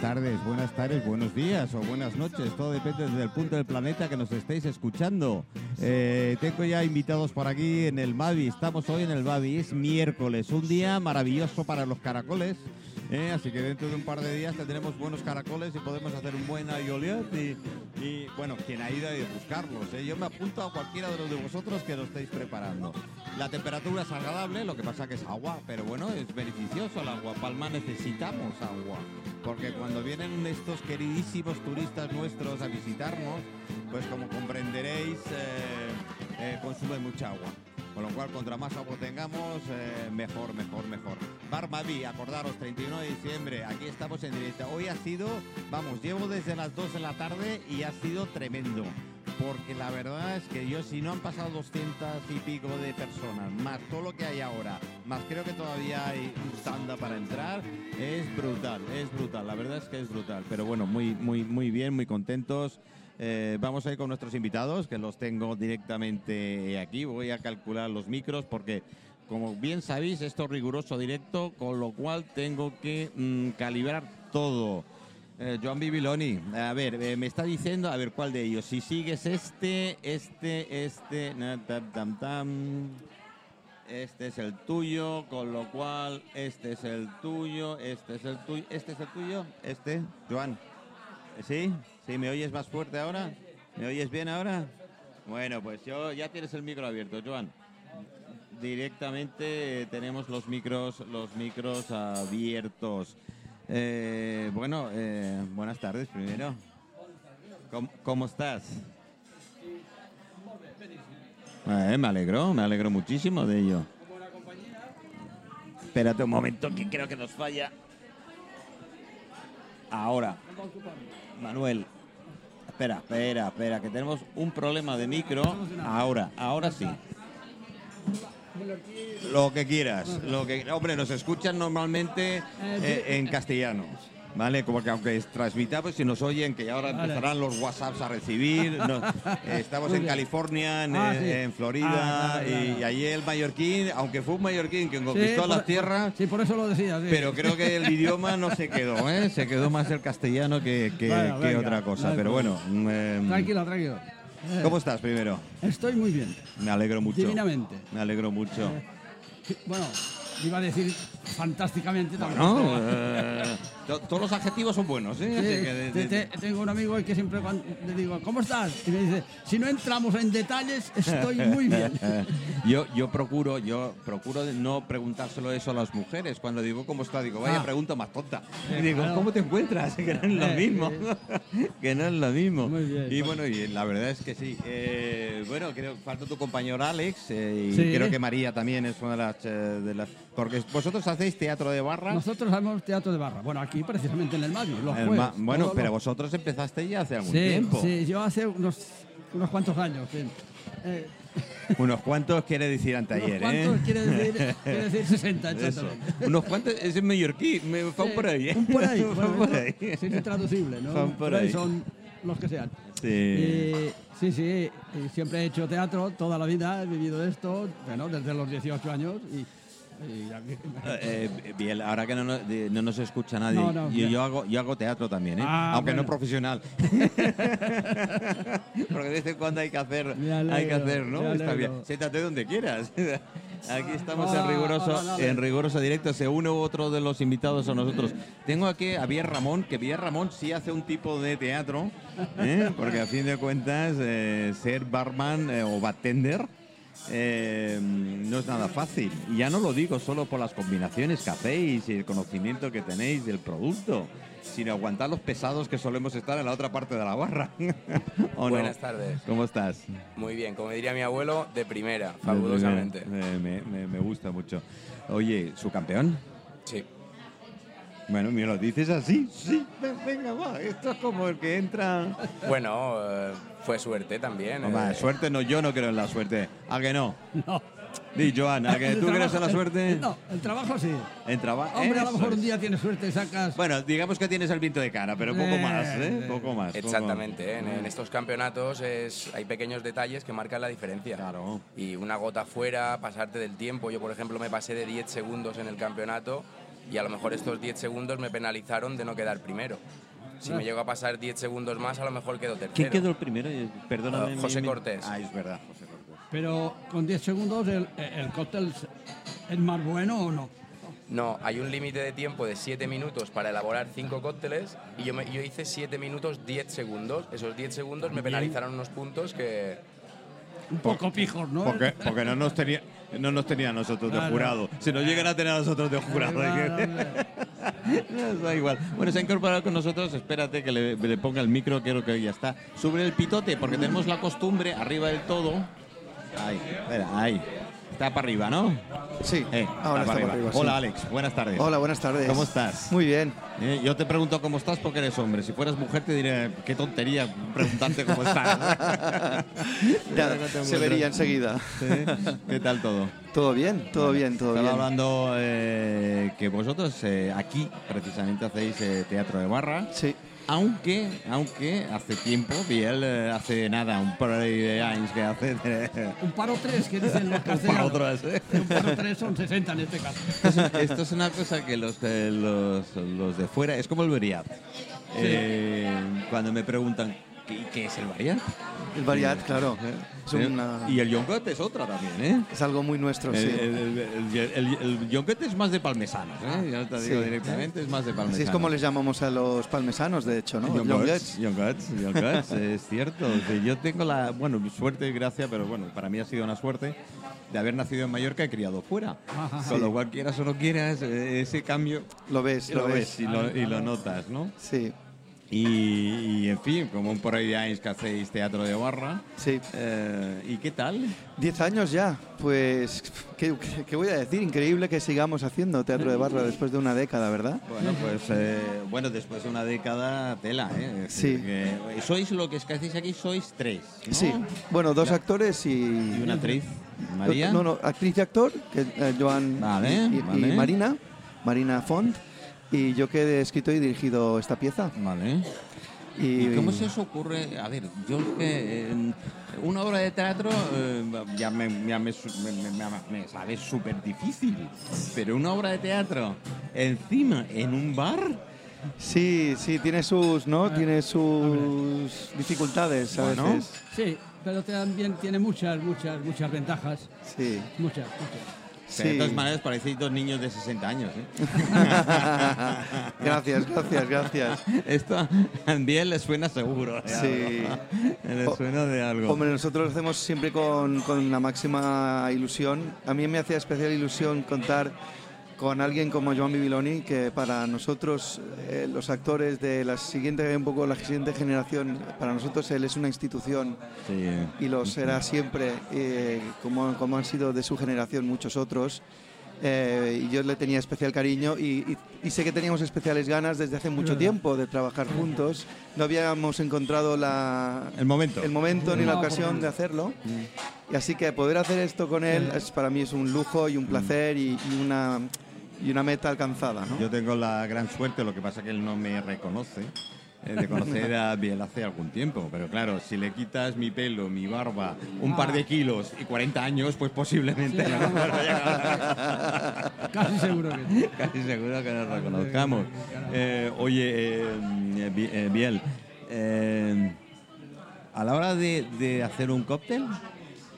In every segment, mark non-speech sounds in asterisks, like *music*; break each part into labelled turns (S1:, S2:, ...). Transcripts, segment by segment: S1: tardes, buenas tardes, buenos días o buenas noches. Todo depende desde el punto del planeta que nos estéis escuchando. Eh, tengo ya invitados por aquí en el Mavi. Estamos hoy en el Mavi. Es miércoles, un día maravilloso para los caracoles. eh, así que dentro de un par de días tendremos buenos caracoles y podemos hacer un buen aioliot. Y, y, bueno, quien ha ido a buscarlos. eh. Yo me apunto a cualquiera de los de vosotros que lo estéis preparando. La temperatura es agradable, lo que pasa que es agua, pero bueno, es beneficioso el agua. Palma necesitamos agua, porque cuando vienen estos queridísimos turistas nuestros a visitarnos, pues como comprenderéis, eh, eh, consumen mucha agua. Con lo cual, contra más agua tengamos, eh, mejor, mejor, mejor. Bar Mavi, acordaros, 31 de diciembre, aquí estamos en directo. Hoy ha sido, vamos, llevo desde las 2 de la tarde y ha sido tremendo porque la verdad es que yo si no han pasado 200 y pico de personas, más todo lo que hay ahora, más creo que todavía hay un standa para entrar, es brutal, es brutal, la verdad es que es brutal, pero bueno, muy, muy, muy bien, muy contentos. Eh, vamos a ir con nuestros invitados, que los tengo directamente aquí, voy a calcular los micros porque... Como bien sabéis, esto es riguroso directo, con lo cual tengo que mm, calibrar todo. Eh, Joan Bibiloni, a ver, eh, me está diciendo, a ver, ¿cuál de ellos? Si sigues este, este, este, na, tam, tam, tam. este es el tuyo, con lo cual, este es el tuyo, este es el tuyo, este es el tuyo, este, Joan. ¿Sí? ¿Sí? ¿Me oyes más fuerte ahora? ¿Me oyes bien ahora? Bueno, pues yo ya tienes el micro abierto, Joan. Directamente eh, tenemos los micros, los micros abiertos. Eh, bueno, eh, buenas tardes primero. ¿Cómo, cómo estás? Eh, me alegro, me alegro muchísimo de ello. Espérate un momento que creo que nos falla. Ahora. Manuel. Espera, espera, espera, que tenemos un problema de micro. Ahora, ahora sí. Lo que quieras. Lo que, hombre, nos escuchan normalmente eh, en castellano. ¿Vale? Como que aunque transmitamos, si nos oyen, que ahora empezarán los WhatsApps a recibir. no, eh, estamos en California, en, eh,
S2: Ah, sí.
S1: en Florida,
S2: Ah, claro, claro.
S1: y, allí el mallorquín, aunque fue un mallorquín que
S2: Sí,
S1: conquistó
S2: por-
S1: las tierras,
S2: Sí, por eso lo decía. sí.
S1: pero creo que el idioma no se quedó, ¿eh? Se quedó más el castellano que, que-
S2: Bueno,
S1: que
S2: venga,
S1: otra cosa.
S2: no hay
S1: Pero bueno,
S2: problema.
S1: mm, eh,
S2: Tranquilo, tranquilo. Eh,
S1: ¿cómo estás primero?
S2: Estoy muy bien.
S1: Me alegro mucho.
S2: Divinamente.
S1: Me alegro mucho.
S2: *laughs* Sí, Bueno, iba a decir fantásticamente también.
S1: No, eh, to- todos los adjetivos son buenos, ¿eh?
S2: Sí,
S1: Así que de- de-
S2: te- te- tengo un amigo que siempre cuando le digo, ¿cómo estás? Y me dice, si no entramos en detalles, estoy
S1: *laughs*
S2: muy bien.
S1: Eh, yo, yo procuro, yo procuro de no preguntárselo eso a las mujeres. Cuando digo cómo está, digo, vaya
S2: Ah.
S1: pregunta más tonta.
S2: Eh,
S1: Y digo,
S2: claro.
S1: ¿cómo te encuentras? Que no es lo
S2: Eh,
S1: mismo. *laughs* que no es lo mismo.
S2: Muy bien,
S1: y
S2: bueno.
S1: bueno, y la verdad es que sí. Eh, bueno, creo que falta tu compañero Alex eh, y
S2: Sí.
S1: creo que María también es una de las, eh, de las- Porque vosotros hacéis teatro de barra.
S2: Nosotros hacemos teatro de barra. Bueno, aquí precisamente en el Mavi, los
S1: Eh,
S2: jueves.
S1: ma- bueno,
S2: todos
S1: pero
S2: los-
S1: vosotros empezasteis ya hace algún
S2: Sí,
S1: tiempo.
S2: sí, yo hace unos, unos cuantos años. sí. Eh,
S1: Unos cuantos quiere decir anteayer,
S2: unos
S1: ¿eh?
S2: cuantos quiere decir, quiere
S1: *laughs*
S2: decir 60,
S1: Eso.
S2: exactamente.
S1: Unos cuantos, es en mallorquí, me fue por ahí. ¿eh?
S2: Un por
S1: *laughs*
S2: ahí.
S1: Fue
S2: bueno,
S1: por
S2: no,
S1: ahí.
S2: Es intraducible, ¿no?
S1: Son por ahí.
S2: Son los que sean.
S1: Sí.
S2: Y, sí, sí, y siempre he hecho teatro, toda la vida he vivido esto, bueno, desde los 18 años y... y a mí-
S1: Eh, bien, ahora que no, nos- de- no nos escucha nadie,
S2: No, no,
S1: yo,
S2: bien.
S1: yo hago, yo hago teatro también, ¿eh?
S2: Ah,
S1: aunque no
S2: bueno. *laughs*
S1: profesional. *laughs* Porque de vez en cuando hay que hacer,
S2: Me
S1: hay que
S2: alegro,
S1: hacer, ¿no?
S2: me
S1: Está bien.
S2: alegro.
S1: Siéntate donde quieras. *laughs* Aquí estamos en
S2: Hola,
S1: riguroso,
S2: hola, Nave.
S1: en riguroso directo. Se une otro de los invitados a nosotros. Tengo aquí a Bier Ramón, que Bier Ramón sí hace un tipo de teatro, ¿eh? porque a fin de cuentas eh, ser barman eh, o bartender eh, no es nada fácil. Y ya no lo digo solo por las combinaciones que hacéis y el conocimiento que tenéis del producto, sino aguantar los pesados que solemos estar en la otra parte de la barra. *laughs* ¿O no?
S3: Buenas tardes.
S1: ¿Cómo estás?
S3: Muy bien, como diría mi abuelo, de primera, fabulosamente.
S1: Eh, me, me- me gusta mucho. Oye, ¿su campeón?
S3: Sí.
S1: Bueno, me lo dices así. Sí, venga, va. Esto es como el que entra.
S3: Bueno, eh, fue suerte también. eh.
S1: suerte no, yo no creo en la suerte. ¿A que no?
S2: *laughs* no.
S1: Di, Joan, ¿a que
S2: El
S1: tú crees
S2: trabajo-
S1: en la
S2: el-
S1: suerte?
S2: *laughs* No, el trabajo sí.
S1: En trabajo.
S2: Hombre, a lo
S1: Eso
S2: mejor
S1: es.
S2: un día tienes suerte y sacas...
S1: Bueno, digamos que tienes el viento de cara, pero poco
S2: Eh,
S1: más, ¿eh?
S2: eh.
S1: Poco más. poco-
S3: Exactamente, eh, en, en estos campeonatos es, hay pequeños detalles que marcan la diferencia.
S1: Claro.
S3: Y una gota fuera, pasarte del tiempo. Yo, por ejemplo, me pasé de 10 segundos en el campeonato y a lo mejor estos 10 segundos me penalizaron de no quedar primero. Si me llego a pasar 10 segundos más, a lo mejor quedo tercero.
S1: Ah. ¿Quién quedó el primero? Eh, Perdóname.
S3: Ah, José
S1: mi- mi-
S3: Cortés.
S1: Ah, es verdad, José Cortés.
S2: Pero con 10 segundos el, el cóctel es más bueno o no.
S3: No, hay un límite de tiempo de 7 minutos para elaborar 5 cócteles y yo, me- yo hice 7 minutos 10 segundos. Esos 10 segundos me penalizaron unos puntos que...
S2: Un poco pijos, ¿no? *laughs*
S1: Porque, porque no nos tenía no nos tenía a nosotros de
S2: Claro.
S1: jurado. Si nos llegan a tener a nosotros de jurado.
S2: Vale,
S1: hay
S2: vale.
S1: que- *laughs* Nos da igual. Bueno, se ha incorporado con nosotros. Espérate que le, le ponga el micro, creo que ya está. Sobre el pitote, porque tenemos la costumbre, arriba del todo. Ahí, espera, ahí. Está para arriba, ¿no?
S4: Sí,
S1: Eh,
S4: ahora
S1: está para
S4: está por
S1: arriba.
S4: arriba, sí.
S1: Hola, Alex. Buenas tardes.
S4: Hola, buenas tardes.
S1: ¿Cómo estás?
S4: Muy bien.
S1: Eh, yo te pregunto cómo estás porque eres hombre. Si fueras mujer te diría, qué tontería preguntarte cómo
S4: *laughs*
S1: estás.
S4: Ya,
S1: Luego te
S4: se vería
S1: encuentras.
S4: enseguida.
S1: Sí. ¿Qué tal todo?
S4: Todo bien, todo bien, todo
S1: Estaba
S4: bien.
S1: hablando eh, que vosotros eh, aquí precisamente hacéis eh, teatro de barra.
S4: Sí,
S1: Aunque, aunque hace tiempo, vi él eh, hace nada, un par de años que hace.
S2: Un paro 3, que
S1: *laughs*
S2: dicen los
S1: para
S2: castellanos.
S1: otras, eh.
S2: Un paro 3 son 60 en este caso.
S1: Esto *laughs* es una cosa que los, eh, los, los de fuera, es como el Beriat. cuando me preguntan, ¿qué, qué es el Beriat?
S4: el variat, claro. Es, una-
S1: Y el Yongot es otra también, ¿eh?
S4: es algo muy nuestro,
S1: El,
S4: sí.
S1: el, el- el- el- el Yongot es más de palmesanos, ¿eh? Ya te digo
S4: Sí.
S1: directamente, es más de palmesanos.
S4: Así es como les llamamos a los palmesanos, de hecho, ¿no?
S1: Yongots,
S4: Youngets.
S1: Yongots, Yongots, es cierto. O sea, Yo tengo la, bueno, suerte y gracia, pero bueno, para mí ha sido una suerte de haber nacido en Mallorca y criado fuera.
S2: Ajá.
S1: Con lo cual, quieras o no quieras, eh, ese cambio
S4: Lo ves,
S1: lo ves y lo,
S2: Claro,
S1: y lo
S2: claro.
S1: notas, ¿no?
S4: Sí,
S1: Y, y, en fin, como un por ahí de años que hacéis teatro de barra.
S4: sí.
S1: Eh, ¿Y qué tal?
S4: Diez años ya, pues, ¿qué, qué- qué voy a decir? Increíble que sigamos haciendo teatro de barra después de una década, ¿verdad?
S1: Bueno, pues eh, bueno, después de una década, tela, ¿eh? Es
S4: Sí.
S1: decir, que sois lo que es que hacéis aquí, sois tres. ¿no?
S4: Sí, bueno, dos actores y...
S1: Y una actriz, María.
S4: No, no, actriz y actor, que eh, Joan
S1: Vale,
S4: y, y- y
S1: vale.
S4: Marina, Marina Font, y yo que he escrito y dirigido esta pieza.
S1: Vale.
S4: Y,
S1: ¿Y cómo se os ocurre? A ver, yo es que eh, una obra de teatro eh, ya me, ya me su- me- me- me- me sabe súper difícil, pero una obra de teatro encima en un bar.
S4: Sí, sí, tiene sus, ¿no? Tiene sus dificultades a
S1: Bueno.
S4: veces.
S2: Sí, pero también tiene muchas, muchas, muchas ventajas.
S4: Sí,
S2: Muchas, muchas.
S4: sí.
S1: De todas maneras, parecéis dos niños de 60 años. ¿eh? *laughs*
S4: *laughs* gracias, gracias, gracias.
S1: Esto a Andiel le suena seguro. de
S4: Sí.
S1: algo. Le
S4: O-
S1: suena de algo.
S4: Hombre, nosotros lo hacemos siempre con, con la máxima ilusión. A mí me hacía especial ilusión contar con alguien como Joan Bibiloni, que para nosotros, eh, los actores de la siguiente, un poco la siguiente generación, para nosotros él es una institución
S1: Sí.
S4: y lo será siempre, eh, como, como han sido de su generación muchos otros. Eh, y yo le tenía especial cariño y, y- y sé que teníamos especiales ganas desde hace mucho tiempo de trabajar juntos. No habíamos encontrado la,
S1: El momento.
S4: el momento ni la ocasión de hacerlo. Y así que poder hacer esto con él es, para mí es un lujo y un placer y, y una, y una meta alcanzada. ¿no?
S1: Yo tengo la gran suerte, lo que pasa que él no me reconoce, eh, de conocer a Biel hace algún tiempo. Pero claro, si le quitas mi pelo, mi barba, un par de kilos y 40 años, pues posiblemente no
S2: *laughs*
S1: nos reconozca.
S2: Casi seguro que sí.
S1: Casi seguro que nos reconozcamos. Eh, oye, eh, Bi- eh, Biel, eh, a la hora de, de hacer un cóctel,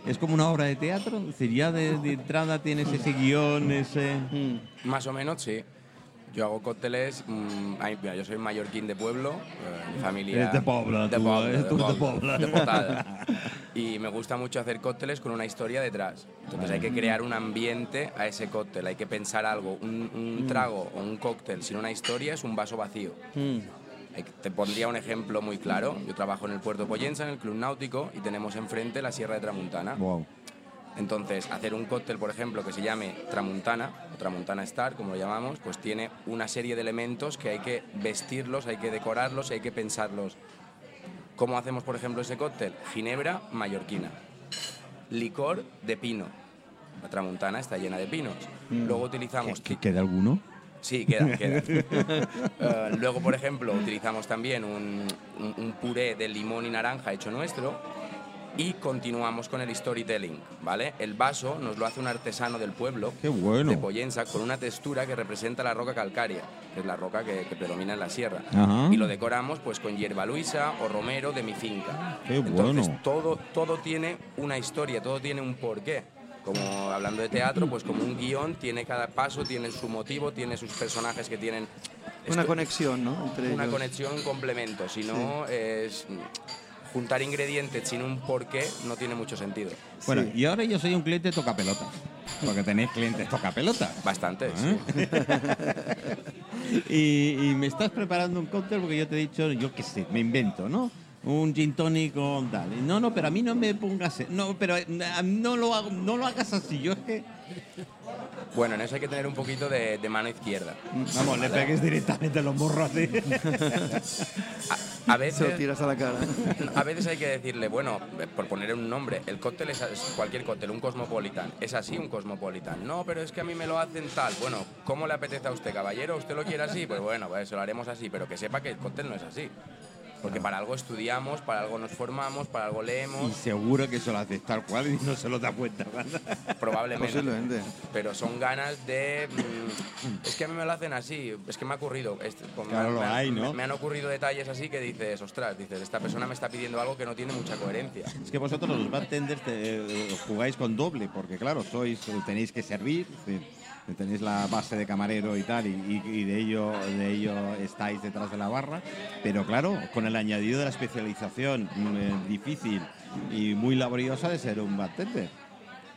S1: es como una obra de teatro, es decir, ya de, de entrada tienes ese guión, ese...
S4: Mm.
S3: Más o menos, sí. Yo hago cócteles. mm, ay, mira, yo soy mallorquín de pueblo. eh, mi familia.
S1: Eres de Pobla, tú, ¿eh? Tú eres de Pobla. *laughs*
S3: de Potada. Y me gusta mucho hacer cócteles con una historia detrás. Entonces hay que
S1: Mm.
S3: crear un ambiente a ese cóctel. Hay que pensar algo. Un,
S1: Mm.
S3: un trago o un cóctel sin una historia es un vaso vacío.
S1: Mm.
S3: Hay que- Te pondría un ejemplo muy claro. Yo trabajo en el puerto Pollensa, en el Club Náutico, y tenemos enfrente la Sierra de Tramuntana.
S1: Wow.
S3: Entonces, hacer un cóctel, por ejemplo, que se llame Tramuntana o Tramuntana Star, como lo llamamos, pues tiene una serie de elementos que hay que vestirlos, hay que decorarlos y hay que pensarlos. ¿Cómo hacemos, por ejemplo, ese cóctel? Ginebra mallorquina. Licor de pino. La Tramuntana está llena de pinos. Luego utilizamos...
S1: pues ¿Que- que ¿Queda alguno?
S3: Sí, queda, queda. *laughs* Eh, luego, por ejemplo, utilizamos también un, un- un puré de limón y naranja hecho nuestro. y continuamos con el storytelling, ¿vale? El vaso nos lo hace un artesano del pueblo,
S1: Qué bueno.
S3: de Poyensa, con una textura que representa la roca calcárea, que es la roca que, que predomina en la sierra.
S1: Ajá.
S3: Y lo decoramos pues con hierba luisa o romero de mi finca.
S1: Qué
S3: Entonces,
S1: bueno.
S3: todo, todo tiene una historia, todo tiene un porqué. Como hablando de teatro, pues como un guión, tiene cada paso, tiene su motivo, tiene sus personajes que tienen...
S4: Una
S3: Esto-
S4: conexión, ¿no? Entre
S3: una
S4: ellos.
S3: conexión, un complemento. Si no, es mm, juntar ingredientes sin un porqué no tiene mucho sentido.
S1: Bueno,
S4: Sí.
S1: y ahora yo soy un cliente toca pelotas. Porque tenéis clientes toca pelotas.
S3: Bastante.
S1: ¿Eh?
S3: sí.
S1: *laughs* y, y me estás preparando un cóctel porque yo te he dicho, yo qué sé, me invento, ¿no? Un gin tonic o tal. Y, No, no, pero a mí no me pongas. No, pero eh, no lo, hago, no lo hagas así. Yo es que.
S3: Bueno, en eso hay que tener un poquito de, de mano izquierda.
S1: Vamos, le pegues directamente los morros así.
S3: A, a
S4: Se lo
S3: veces,
S4: tiras a la cara.
S3: a veces hay que decirle, bueno, eh, por poner un nombre, el cóctel es, es cualquier cóctel, un cosmopolitan. Es así un cosmopolitan. No, pero es que a mí me lo hacen tal. Bueno, ¿cómo le apetece a usted, caballero? ¿Usted lo quiere así? Pues bueno, pues se lo haremos así, pero que sepa que el cóctel no es así. Porque
S1: Ah.
S3: para algo estudiamos, para algo nos formamos, para
S1: *laughs*
S3: algo
S1: Y
S3: leemos,
S1: seguro que eso lo haces tal cual y no se lo da cuenta, ¿verdad?
S3: probablemente.
S4: Posiblemente.
S3: pero son ganas de. mm, es que a mí me lo hacen así, es que me ha ocurrido. este, con-
S1: Claro,
S3: me,
S1: lo
S3: han-
S1: hay,
S3: me-
S1: ¿no?
S3: me han ocurrido detalles así que dices, ostras, dices, esta persona me está pidiendo algo que no tiene mucha coherencia.
S1: Es que vosotros los bartenders eh, eh, jugáis con doble, porque claro, sois, eh, tenéis que servir, eh, tenéis la base de camarero y tal, y, y- y de, ello, de ello estáis detrás de la barra, pero claro, con el añadido de la especialización mm, eh, difícil y muy laboriosa de ser un bartender.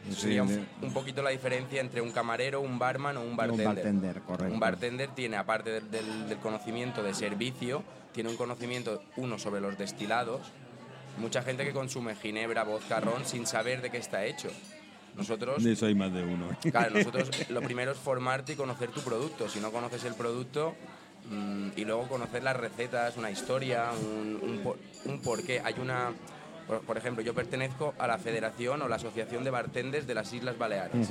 S1: Es
S3: Sería
S1: decir,
S3: un, un poquito la diferencia entre un camarero, un barman o un
S1: eh, un
S3: bartender.
S1: bartender, correcto.
S3: Un bartender tiene, aparte del, del- del conocimiento de servicio, tiene un conocimiento, uno, sobre los destilados. Mucha gente que consume ginebra, vodka, ron, sin saber de qué está hecho. Nosotros
S1: De eso hay más de uno. *laughs*
S3: Claro, nosotros lo primero es formarte y conocer tu producto. Si no conoces el producto mm, y luego conocer las recetas, una historia, un, un, por- un porqué. Hay una. Por, por ejemplo, yo pertenezco a la Federación o la Asociación de Bartenders de las Islas Baleares.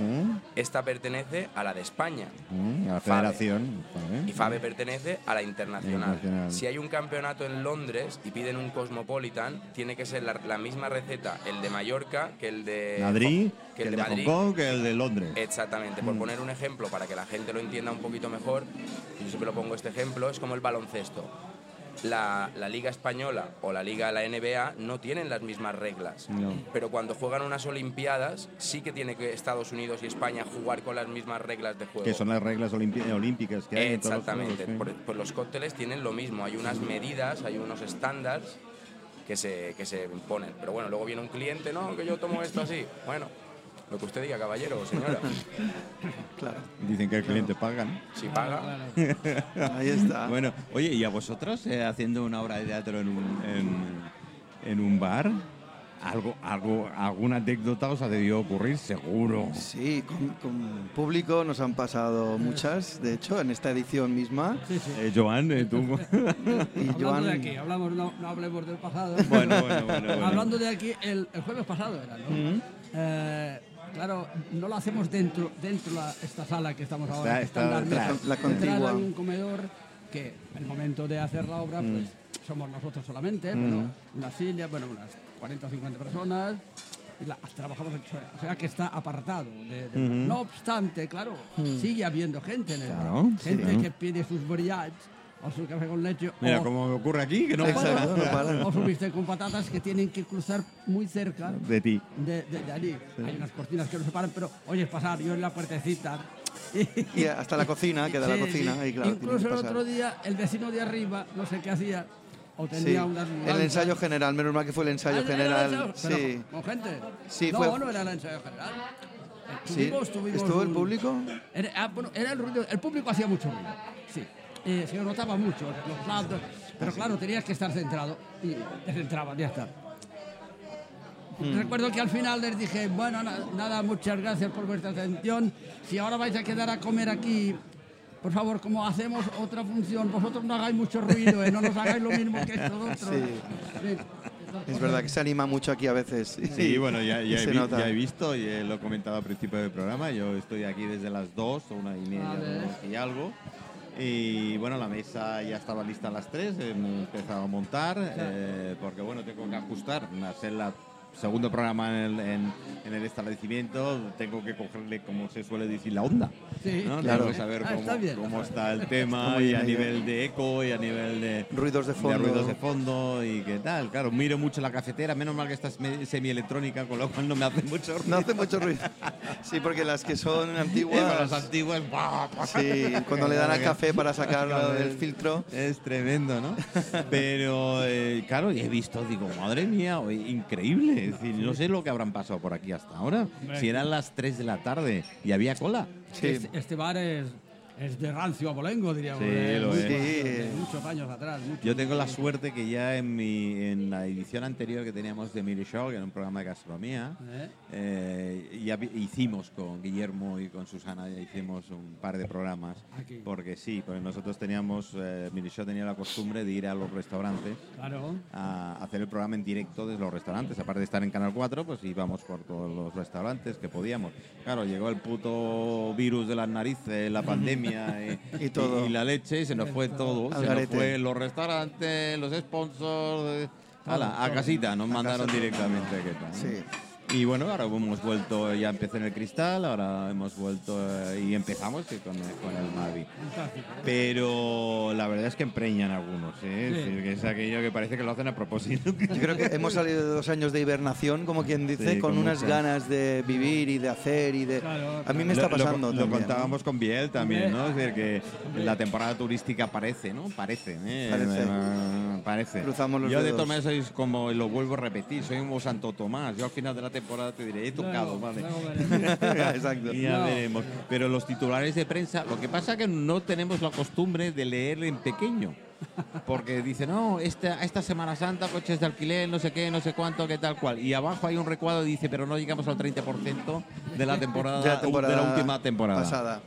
S3: Esta pertenece a la de España
S1: Mm, a la
S3: Fabe.
S1: federación. Fabe.
S3: y FABE pertenece a la internacional.
S1: Internacional.
S3: Si hay un campeonato en Londres y piden un Cosmopolitan, tiene que ser la, la misma receta el de Mallorca que el de.
S1: Madrid,
S3: que
S1: que
S3: el de
S1: el de
S3: Madrid.
S1: Hong Kong, que el de Londres.
S3: Exactamente,
S1: Mm.
S3: por poner un ejemplo para que la gente lo entienda un poquito mejor, yo siempre lo pongo este ejemplo, es como el baloncesto. La, la Liga Española o la Liga la NBA no tienen las mismas reglas,
S1: No.
S3: pero cuando juegan unas Olimpiadas sí que tiene que Estados Unidos y España jugar con las mismas reglas de juego.
S1: Que son las reglas olimpi- olímpicas que hay en todos los ¿eh? juegos,
S3: Exactamente,
S1: sí.
S3: por- pues los cócteles tienen lo mismo, hay unas medidas, hay unos estándares que se, que se imponen, pero bueno, luego viene un cliente, no, que yo tomo esto así, bueno, lo que usted diga, caballero o señora,
S4: Claro.
S1: Dicen que el cliente paga, ¿no?
S3: si paga...
S4: Ahí
S3: Ah.
S4: está.
S1: Bueno, oye, ¿y a vosotros eh, haciendo una obra de teatro en un, en, en un bar? ¿Algo, algo, ¿Alguna anécdota os ha debido ocurrir? Seguro.
S4: Sí, con, con público nos han pasado muchas, de hecho, en esta edición misma.
S2: Sí, sí.
S1: Eh, Joan, eh, tú. *laughs*
S4: Y
S2: Hablando
S4: Joan,
S2: de aquí, hablamos, no, no hablemos del pasado.
S1: Bueno, bueno, bueno, bueno. Mm.
S2: Hablando de aquí, el, el jueves pasado era, ¿no? Eh, claro, no lo hacemos dentro dentro la, esta sala que estamos ahora. que
S1: está
S2: están las
S1: detrás.
S2: mesas.
S4: La
S2: Entrar
S4: contigua.
S2: a un comedor que en el momento de hacer la
S1: Mm.
S2: obra, pues somos nosotros solamente, pero una silla, bueno, unas 40 o 50 personas. y la- trabajamos aquí fuera. O sea que está apartado. de- de- No obstante, claro, sigue habiendo gente en el bar.
S1: Mm-hmm. Mm. Claro, sí,
S2: Gente
S1: claro.
S2: que pide sus brillats o su café con leche.
S1: Mira,
S2: o-
S1: como me ocurre aquí, que no
S4: Exacto.
S1: pasa
S4: no paran.
S2: o subiste con patatas que tienen que cruzar muy cerca
S1: de ti.
S2: de, de- de allí. Hay unas cortinas que nos separan, pero oyes pasar, yo en la
S4: *laughs*
S2: puertecita.
S4: y hasta la cocina, Ah, queda la
S2: Sí,
S4: cocina.
S2: sí.
S4: ahí, claro, tiene que
S2: Incluso el
S4: pasar.
S2: otro día, el vecino de arriba, no sé qué hacía, o
S4: Sí,
S2: tenía unas
S4: El
S2: mudanzas.
S4: ensayo general, menos mal que fue el
S2: Ah,
S4: ensayo
S2: ¿era el
S4: general.
S2: ensayo?
S4: Sí.
S2: Pero, con gente.
S4: Sí,
S2: no,
S4: fue-
S2: no era el ensayo general. Eh,
S4: Sí.
S2: tuvimos- tuvimos
S4: ¿Estuvo el
S2: un-
S4: público?
S2: Era, ah, bueno, era el ruido, el público hacía mucho ruido, sí. Eh, se notaba mucho, los platos,
S4: Ah,
S2: pero claro, tenías que estar centrado y te centrabas, ya está.
S4: Mm.
S2: Recuerdo que al final les dije, bueno, na- nada, muchas gracias por vuestra atención. Si ahora vais a quedar a comer aquí, por favor, como hacemos otra función, vosotros no hagáis mucho ruido, ¿eh? no nos hagáis lo mismo
S4: *laughs*
S2: que estos otros.
S4: Sí.
S2: Sí.
S4: Es verdad que se anima mucho aquí a veces. Sí, *laughs*
S1: Sí, bueno, ya, ya
S4: y
S1: he,
S4: se
S1: vi-
S4: nota.
S1: ya he visto, y eh, lo he comentado al principio del programa, yo estoy aquí desde las 2 o una y media
S2: Vale.
S1: dos y algo. Y bueno, la mesa ya estaba lista a las 3, he empezado a montar, eh, porque bueno, tengo que ajustar, hacerla segundo programa en el, en- en el establecimiento, tengo que cogerle, como se suele decir, la onda.
S2: Sí,
S1: ¿no?
S4: claro.
S1: Tengo que saber
S2: Ah,
S1: cómo
S2: está
S1: cómo
S2: bien.
S1: está, el tema
S4: muy
S1: y
S4: bien
S1: a
S4: ahí,
S1: nivel de eco y a nivel de,
S4: Ruidos de fondo.
S1: ruidos de fondo y qué tal. Claro, miro mucho la cafetera, menos mal que esta es me- semielectrónica, con lo cual no me hace mucho ruido.
S4: No hace mucho ruido. Sí, porque las que son
S1: Eh, con las
S4: antiguas.
S1: antiguas, ¡buah!
S4: Sí, cuando le dan al café para *laughs* sacarlo del filtro.
S1: Es tremendo,
S4: *laughs*
S1: ¿no? Pero, eh, claro, y he visto, digo, madre mía, oye, increíble. Es decir, no sé lo que habrán pasado por aquí hasta ahora. Si eran las 3 de la tarde y había cola.
S4: Sí,
S2: Este, este bar es, es de rancio abolengo, diríamos.
S1: Sí,
S2: de
S1: lo
S2: muchos-
S1: es.
S2: de
S4: Sí.
S2: muchos años atrás. muchos-
S1: Yo tengo la suerte que ya en, mi, en la edición anterior que teníamos de Miri Show, que era un programa de gastronomía,
S2: ¿Eh?
S1: eh, ya vi- hicimos con Guillermo y con Susana, ya hicimos un par de programas.
S2: Aquí.
S1: Porque sí, porque nosotros teníamos, eh, Miri Show tenía la costumbre de ir a los restaurantes
S2: Claro.
S1: a hacer el programa en directo desde los restaurantes. Aparte de estar en Canal 4, pues íbamos por todos los restaurantes que podíamos. Claro, llegó el puto virus de las narices, la
S4: *laughs*
S1: pandemia y,
S4: Y todo.
S1: y la leche, y se nos fue todo.
S4: Al
S1: Se nos
S4: garete.
S1: fue los restaurantes, los sponsors. eh, ala, a
S2: todo.
S1: casita, nos
S4: Ah, A
S1: mandaron
S4: casa.
S1: directamente. ¿qué tal?
S4: sí.
S1: Y bueno, ahora hemos vuelto, ya empecé en el cristal, ahora hemos vuelto eh, y empezamos eh, con, con el Mavi.
S2: Fantástico.
S1: Pero la verdad es que empreñan algunos, ¿eh?
S2: Sí.
S1: Es decir, que es aquello que parece que lo hacen a propósito.
S4: Yo creo que hemos salido de dos años de hibernación, como quien dice,
S1: Sí,
S4: con,
S1: con
S4: unas
S1: muchas.
S4: ganas de vivir y de hacer y de.
S2: Claro,
S4: A
S1: *laughs*
S4: mí me
S1: Lo-
S4: está
S1: lo-
S4: pasando.
S1: Lo,
S4: también.
S1: contábamos con Biel también, ¿no?
S2: Hombre.
S1: Es decir, que la temporada turística parece, ¿no? Parece, ¿eh?
S4: Parece.
S1: Eh, parece.
S4: Cruzamos los
S1: Yo de
S4: dedos.
S1: todas maneras soy como, y lo vuelvo a repetir, soy como Santo Tomás. Yo al final de la temporada te diré, he tocado,
S2: Luego-
S1: ¿vale?
S2: luego
S1: *laughs*
S2: veremos.
S4: *laughs* Exacto.
S1: Y ya
S2: No.
S1: veremos. Pero los titulares de prensa, lo que pasa es que no tenemos la costumbre de leer en pequeño. Porque dice, no, esta, esta Semana Santa, coches de alquiler, no sé qué, no sé cuánto, qué tal cual. Y abajo hay un recuadro y dice, pero no llegamos al 30% de la temporada,
S4: De la temporada
S1: de la última temporada.
S4: pasada.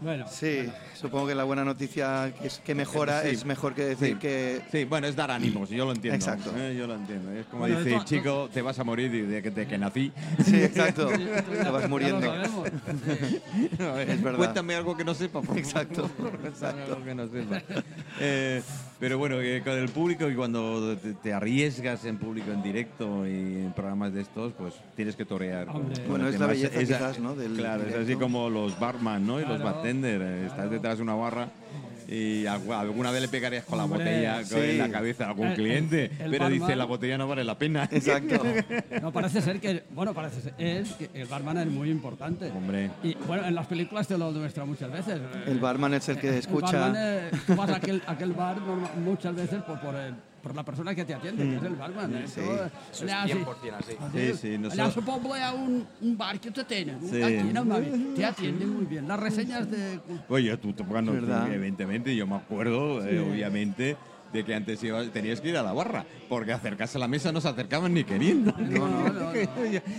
S2: Bueno,
S4: Sí, supongo que la buena noticia que es que mejora
S1: Sí.
S4: es mejor que decir
S1: Sí.
S4: que
S1: Sí, bueno, es dar ánimos, yo lo entiendo.
S4: Exacto.
S1: Eh, yo lo entiendo. Es como
S2: Bueno, de
S1: dice,
S2: to-
S1: chico, te vas a morir de que, de que nací.
S4: Sí, exacto.
S2: esto
S4: *laughs* Te
S2: ya-
S4: vas
S2: ya
S4: muriendo.
S2: lo sabemos.
S4: Es verdad.
S1: Cuéntame algo que no sepa, por favor.
S4: Exacto.
S1: Cuéntame algo que no sepa. *laughs* Eh, pero bueno, eh, con el público y cuando te, te arriesgas en público en directo y en programas de estos, pues tienes que torear. con-
S2: Hombre.
S1: con
S4: Bueno,
S1: el
S4: es la
S1: tema.
S4: belleza quizás, ¿no? del
S1: claro, es así
S4: directo.
S1: como los barman, ¿no? Y los
S2: Claro,
S1: bartender. eh, Estás detrás de una barra y algu- alguna vez le pegarías con la
S2: Hombre,
S1: botella con- en la
S4: sí.
S1: cabeza a algún
S2: El- el-
S1: cliente,
S2: el
S1: pero dice
S2: barman-
S1: la botella no vale la pena. *laughs*
S2: *laughs*
S4: Exacto.
S2: No, parece ser que, bueno, parece ser es que el barman es muy importante.
S1: Hombre.
S2: Y bueno, en las películas te lo demuestra muchas veces.
S4: El barman es el *laughs* que
S2: barman,
S4: escucha.
S2: eh, tú vas a aquel, aquel bar norma- muchas veces por, por, el- por la persona que te atiende, que es el barman. eh. Tú,
S4: Sí.
S2: eh,
S3: Eso es
S2: le haces-
S3: 100% así.
S1: Sí, sí,
S2: Le
S1: nosotros-
S2: hace poco a un, un bar que te tiene. un-
S1: Sí.
S2: Aquí en Almavi. Te atiende muy bien. Las reseñas de...
S1: Oye, tú, tú, bueno, tú,
S4: ¿Verdad?
S1: evidentemente, yo me acuerdo, eh, obviamente, de que antes ibas- tenías que ir a la barra, porque acercarse a la mesa no se acercaban ni queriendo.
S2: No, no, no.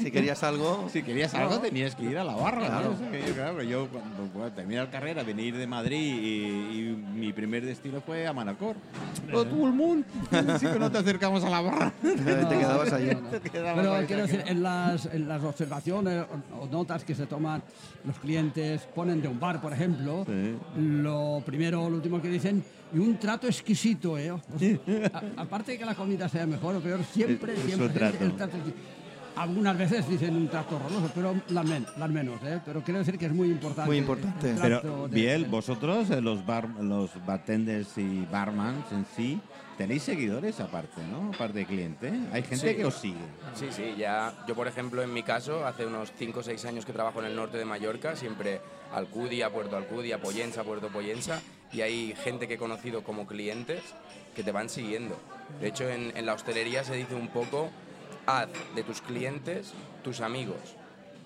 S4: Si querías
S2: *laughs*
S4: algo,
S1: Si querías algo, tenías que ir a la barra.
S4: Claro.
S1: ¿no? O sea, que yo, claro, yo cuando bueno, terminé la carrera, venir de Madrid y, y mi primer destino fue a Manacor. Oh, todo el mundo! *laughs* Sí que no te acercamos a la barra.
S4: eh, *laughs* te quedabas ahí.
S2: No, no. Pero quiero decir, en las, en las observaciones o o notas que se toman los clientes, ponen de un bar, por ejemplo, lo primero o lo último que dicen, y un trato exquisito, ¿eh? O sea, a- aparte de que la comida sea mejor o peor, siempre,
S1: Es- es
S2: siempre
S1: un trato.
S2: el trato exqui- Algunas veces dicen un trato horroroso, pero las, men- las menos, ¿eh? Pero quiero decir que es muy importante.
S4: Muy importante.
S2: el trato
S1: Pero,
S2: de-
S1: Biel, vosotros, eh, los, bar, los bartenders y barmans en sí, tenéis seguidores aparte, ¿no? Aparte de cliente. Hay gente
S3: Sí.
S1: que os sigue.
S3: Sí, sí, ya. Yo, por ejemplo, en mi caso, hace unos 5 o 6 años que trabajo en el norte de Mallorca, siempre Alcudia, Puerto Alcudia, Pollensa, Puerto Pollensa, y hay gente que he conocido como clientes que te van siguiendo. De hecho, en, en la hostelería se dice un poco: haz de tus clientes tus amigos.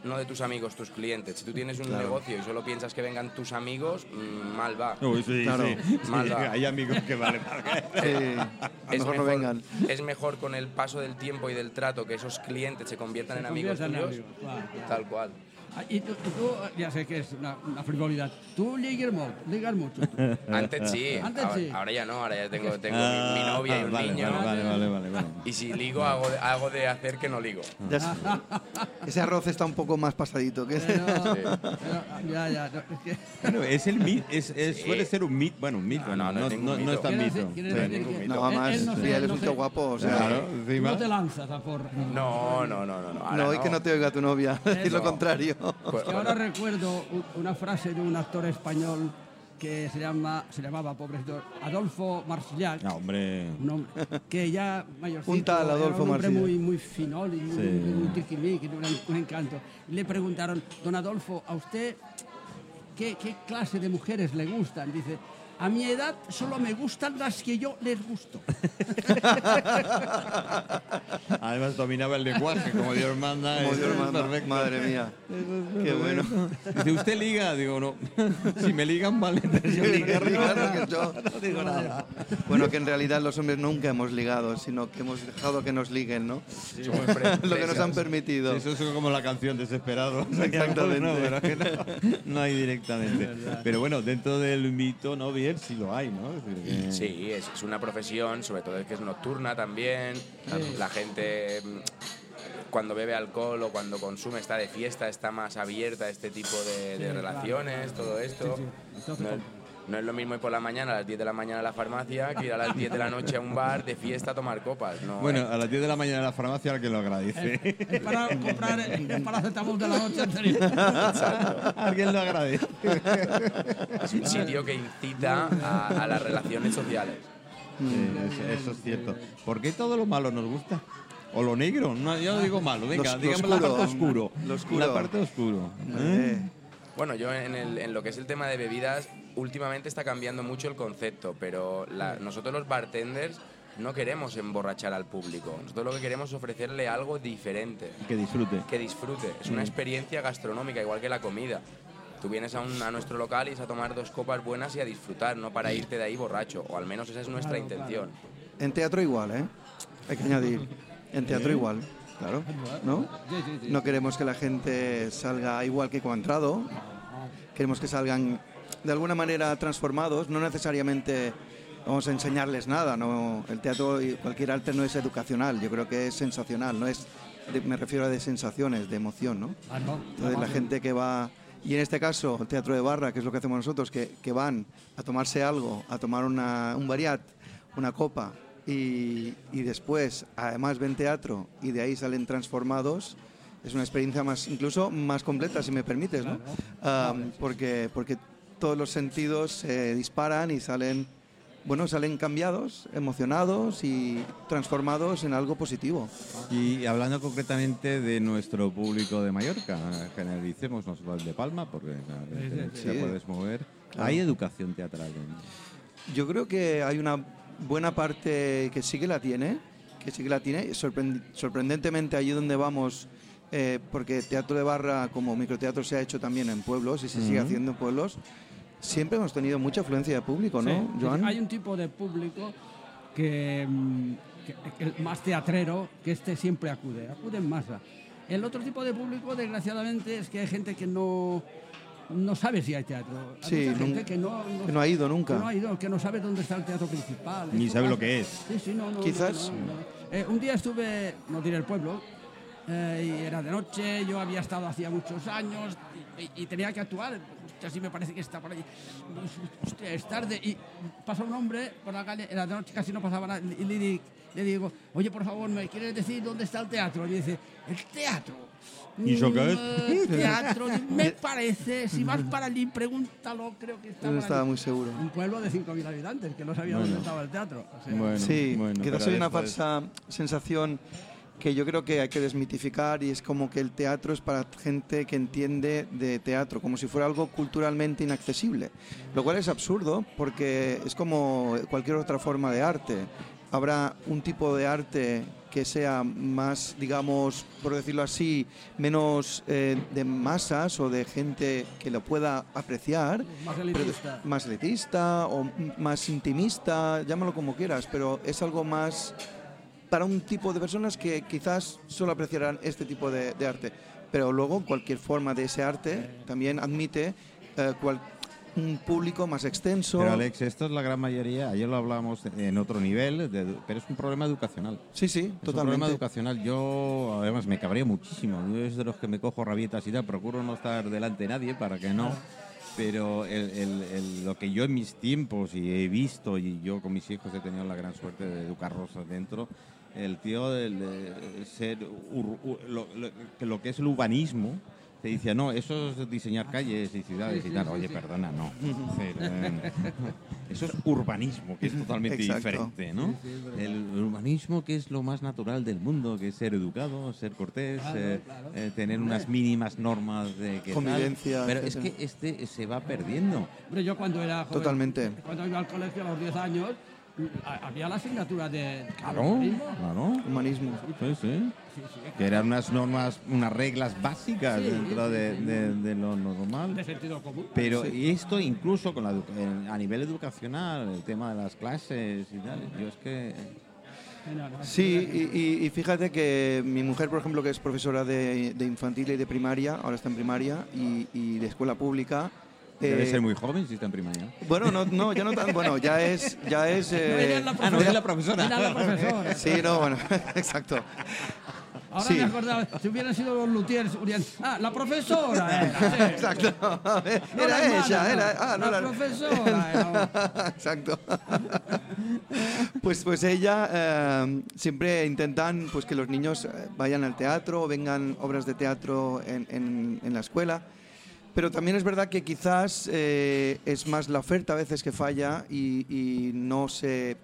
S3: No de tus amigos, tus clientes. Si tú tienes un negocio y solo piensas que vengan tus amigos, mm, mal va.
S4: Claro.
S5: *laughs*
S3: Mal va.
S1: Hay amigos que vale.
S4: *laughs* Sí. mejor no vengan.
S3: es mejor con el paso del tiempo y del trato que esos clientes se conviertan
S2: Se
S3: en amigos
S2: convierten en
S3: tuyos.
S2: amigos, claro, claro.
S3: Tal cual.
S2: Ah, Y tú, y tú, ya sé que es una, una frivolidad. Tú ligas mucho, ligas mucho. tú.
S3: Antes sí,
S2: *laughs* Antes
S3: ahora,
S2: sí.
S3: ahora ya no, ahora ya tengo, tengo
S5: Ah,
S3: mi, mi novia y
S5: ah,
S3: un
S5: vale,
S3: niño.
S5: Vale, vale, vale, vale.
S3: Y si ligo, hago, de- hago de hacer que no ligo.
S2: *laughs*
S4: Ya sé. Ese arroz está un poco más pasadito. Que
S2: Pero-
S4: *laughs*
S3: Sí.
S2: pero, ah, ya, ya. no, es que-
S5: Bueno, es el mit, es, es-
S3: Sí.
S5: suele ser un mito, bueno, un mito,
S3: No, no, no es ningún
S5: no es
S3: mito.
S5: tan
S2: quiero
S5: mito.
S2: decir- quiero
S3: Sí,
S2: decir
S3: ningún
S2: que
S3: mito.
S4: No,
S2: él-
S4: además,
S2: él no se-
S4: Biel es
S2: no
S4: un
S2: se-
S4: tío guapo. O sea,
S5: Claro,
S2: No
S5: encima.
S2: te lanzas a por.
S3: No, no, no, no. No, Pues, ahora
S4: no hoy que no te oiga tu novia *laughs* decir lo
S3: No.
S4: contrario.
S3: Cu-
S2: Que ahora recuerdo u- una frase de un actor español que se, llama, se llamaba, pobrecito, Adolfo Marsillac.
S5: No, hombre.
S2: Un hombre que ya mayorcito,
S4: Un tal
S2: era
S4: Adolfo
S2: un hombre
S4: Marcilla.
S2: muy, muy finol y muy,
S5: Sí.
S2: muy triquimiqui, tenía un, un encanto. Y Le preguntaron, don Adolfo, ¿a usted qué, qué clase de mujeres le gustan? Dice, a mi edad solo me gustan las que yo les gusto.
S5: Además dominaba el lenguaje, como Dios manda.
S4: Como
S5: es
S4: Dios manda.
S5: perfecto.
S4: Madre mía. Qué bueno.
S5: Dice, ¿usted liga? Digo, no. si me ligan, vale. entonces yo
S4: *laughs*
S5: ligaré.
S4: Claro que yo- Bueno, que en realidad los hombres nunca hemos ligado, sino que hemos dejado que nos liguen, ¿no?
S3: somos fre-
S4: *laughs* Lo que nos
S3: fresas.
S4: han permitido.
S5: Eso es como la canción Desesperado. *laughs*
S4: Exactamente.
S5: No, pero que no, no hay directamente. Pero bueno, dentro del mito, no bien, sí lo hay, ¿no? Es decir, que-
S3: Sí, es, es una profesión, sobre todo es que es nocturna también. La gente mm, cuando bebe alcohol o cuando consume está de fiesta, está más abierta a este tipo de, de
S2: claro,
S3: relaciones, todo esto.
S2: Sí, sí. Entonces,
S3: No, es- no es lo mismo ir por la mañana a las 10 de la mañana a la farmacia que ir a las 10 de la noche a un bar de fiesta a tomar copas. No,
S5: Bueno, a las 10 de la mañana en la farmacia, al que lo
S4: *laughs*
S5: agradece.
S2: Es para comprar el, el paracetamol de la noche anterior.
S5: Alguien lo agradece.
S3: es un sitio que incita a, a las relaciones sociales.
S5: Sí, eso, eso es cierto. ¿Por qué todo lo malo nos gusta? O lo negro, no, yo no digo malo,
S4: Los-
S5: venga,
S4: lo
S5: digamos la
S4: oscuro.
S5: parte oscuro.
S4: Lo oscuro.
S5: La parte oscuro.
S4: Eh,
S3: Bueno, yo en, el- en lo que es el tema de bebidas, últimamente está cambiando mucho el concepto, pero la- nosotros los bartenders no queremos emborrachar al público. Nosotros lo que queremos es ofrecerle algo diferente,
S5: Que disfrute.
S3: que disfrute. Es una experiencia gastronómica, igual que la comida. Tú vienes a, un- a nuestro local y es a tomar dos copas buenas y a disfrutar, no para irte de ahí borracho, o al menos esa es nuestra
S2: Claro,
S3: intención.
S4: En teatro igual, ¿eh? Hay que añadir. En teatro igual, claro. ¿No?
S2: Sí, sí, sí.
S4: No queremos que la gente salga igual que cuando ha entrado. Queremos que salgan de alguna manera transformados. No necesariamente vamos a enseñarles nada. No, el teatro y cualquier arte no es educacional. Yo creo que es sensacional. No es, de- me refiero a de sensaciones, de emoción, ¿no?
S2: Ah, no,
S4: Entonces la
S2: vale.
S4: gente que va, y en este caso el teatro de barra, que es lo que hacemos nosotros, que, que van a tomarse algo, a tomar una- un variat, una copa, y, y después además ven teatro y de ahí salen transformados, es una experiencia más, incluso más completa, si me permites, ¿no? Ah, porque, porque todos los sentidos se disparan y salen... Bueno, salen cambiados, emocionados y transformados en algo positivo.
S5: Y hablando concretamente de nuestro público de Mallorca, generalicemos no solo el de Palma, porque claro, te-
S4: sí.
S5: te puedes mover. Hay educación teatral. en-
S4: Yo creo que hay una buena parte que sí que la tiene, que sí que la tiene. Sorprend- sorprendentemente allí donde vamos, eh, porque teatro de barra como microteatro se ha hecho también en pueblos y se sigue haciendo en pueblos, siempre hemos tenido mucha afluencia de público,
S2: Sí,
S4: ¿no,
S2: sí, sí.
S4: Joan?
S2: Hay un tipo de público que, mm, que- que el más teatrero, que este siempre acude, acude en masa. El otro tipo de público, desgraciadamente, es que hay gente que no, no sabe si hay teatro. Hay
S4: Sí,
S2: mucha gente
S4: nun-
S2: que no,
S4: que no ha ido nunca.
S2: que no ha ido, que no sabe dónde está el teatro principal.
S5: Ni
S2: Esto
S5: sabe lo
S2: pasa.
S5: que es.
S2: Sí, sí, no, no,
S4: Quizás.
S2: no, no, no. Eh, un día estuve, no diré el pueblo, eh, y era de noche, yo había estado hacía muchos años y, y tenía que actuar. Hostia, sí me parece que está por ahí. Hostia, es tarde. Y pasa un hombre por la calle, era de noche, casi no pasaba nada. Y le, di- le digo, oye, por favor, ¿me quieres decir dónde está el teatro? Y me dice, ¿el teatro?
S5: ¿Y eso qué es?
S2: Mm, eh, Teatro, me parece. Si vas para allí, pregúntalo, creo que está
S4: Yo no
S2: por
S4: estaba
S2: allí".
S4: muy seguro.
S2: Un pueblo de 5.000 habitantes, que no sabía dónde estaba el teatro. O sea,
S5: Bueno,
S4: sí,
S5: bueno,
S4: quizás
S5: pero
S4: hay una
S5: después-
S4: falsa sensación que yo creo que hay que desmitificar y es como que el teatro es para gente que entiende de teatro, como si fuera algo culturalmente inaccesible, lo cual es absurdo porque es como cualquier otra forma de arte. Habrá un tipo de arte que sea más, digamos, por decirlo así, menos eh, de masas o de gente que lo pueda apreciar,
S2: Más
S4: pero-
S2: elitista.
S4: más elitista o m- más intimista, llámalo como quieras, pero es algo más para un tipo de personas que quizás solo apreciarán este tipo de, de arte. Pero luego cualquier forma de ese arte también admite eh, cual- un público más extenso.
S1: Pero Alex, esto es la gran mayoría, ayer lo hablábamos en otro nivel, de- pero es un problema educacional.
S4: sí, sí,
S1: Es un problema
S4: totalmente.
S1: educacional. Yo, además, me cabría muchísimo. Yo es de los que me cojo rabietas y tal. Procuro no estar delante de nadie para que no. Pero el- el- el- lo que yo en mis tiempos y he visto, y yo con mis hijos he tenido la gran suerte de educarlos dentro, el tío del eh, ser ur- u- lo, lo- que lo que es el urbanismo. Te dice, no, eso es diseñar calles y ciudades
S2: Ah, Sí,
S1: y
S2: sí,
S1: tal.
S2: sí,
S1: Oye,
S2: sí.
S1: perdona,
S2: *laughs*
S1: no. eh, Eso es urbanismo, que es totalmente
S4: Exacto.
S1: diferente, ¿no?
S2: Sí, sí, es verdad.
S1: el urbanismo, que es lo más natural del mundo, que es ser educado, ser cortés,
S2: Claro,
S1: eh,
S2: claro.
S1: eh, tener unas mínimas normas de que tal.
S4: Convivencia,
S1: Pero es que
S4: etcétera.
S1: este se va perdiendo.
S2: Hombre, yo cuando era joven,
S4: Totalmente.
S2: Cuando iba al colegio a los 10 años, ha- había la asignatura de...
S1: Claro,
S2: de-
S1: claro.
S4: Humanismo.
S1: Sí, sí.
S2: Sí, sí,
S1: Que eran unas normas, unas reglas básicas
S2: Sí,
S1: dentro
S2: sí,
S1: de,
S2: sí.
S1: de- de lo
S2: de
S1: normal.
S2: sentido común.
S1: Pero esto incluso con la edu- en- a nivel educacional, el tema de las clases y tal, yo es que...
S2: Mira, no,
S4: Sí, y, y- y fíjate que mi mujer, por ejemplo, que es profesora de, de infantil y de primaria, ahora está en primaria y, y de escuela pública.
S1: Debe
S4: eh,
S1: ser muy joven si está en primaria.
S4: Bueno, no, no, ya no tan. Bueno, ya es. Ya
S2: *laughs*
S4: es
S2: No,
S4: eh,
S2: ella es la
S1: Ah, no, es la profesora.
S2: Era la profesora.
S4: *laughs* sí, no, bueno, exacto.
S2: Ahora
S4: Sí.
S2: me acordaba, si hubieran sido los luthiers, hubieran... Ah, la profesora
S4: *laughs*
S2: era. sí.
S4: Exacto.
S2: No
S4: Era
S2: la hermana,
S4: ella,
S2: no,
S4: era. Ah, no,
S2: la
S4: la-
S2: profesora. era.
S4: *laughs* Exacto. Pues, pues ella eh, siempre intentan pues, que los niños eh, vayan al teatro o vengan obras de teatro en, en- en la escuela. Pero también es verdad que quizás eh, es más la oferta a veces que falla y, y no se,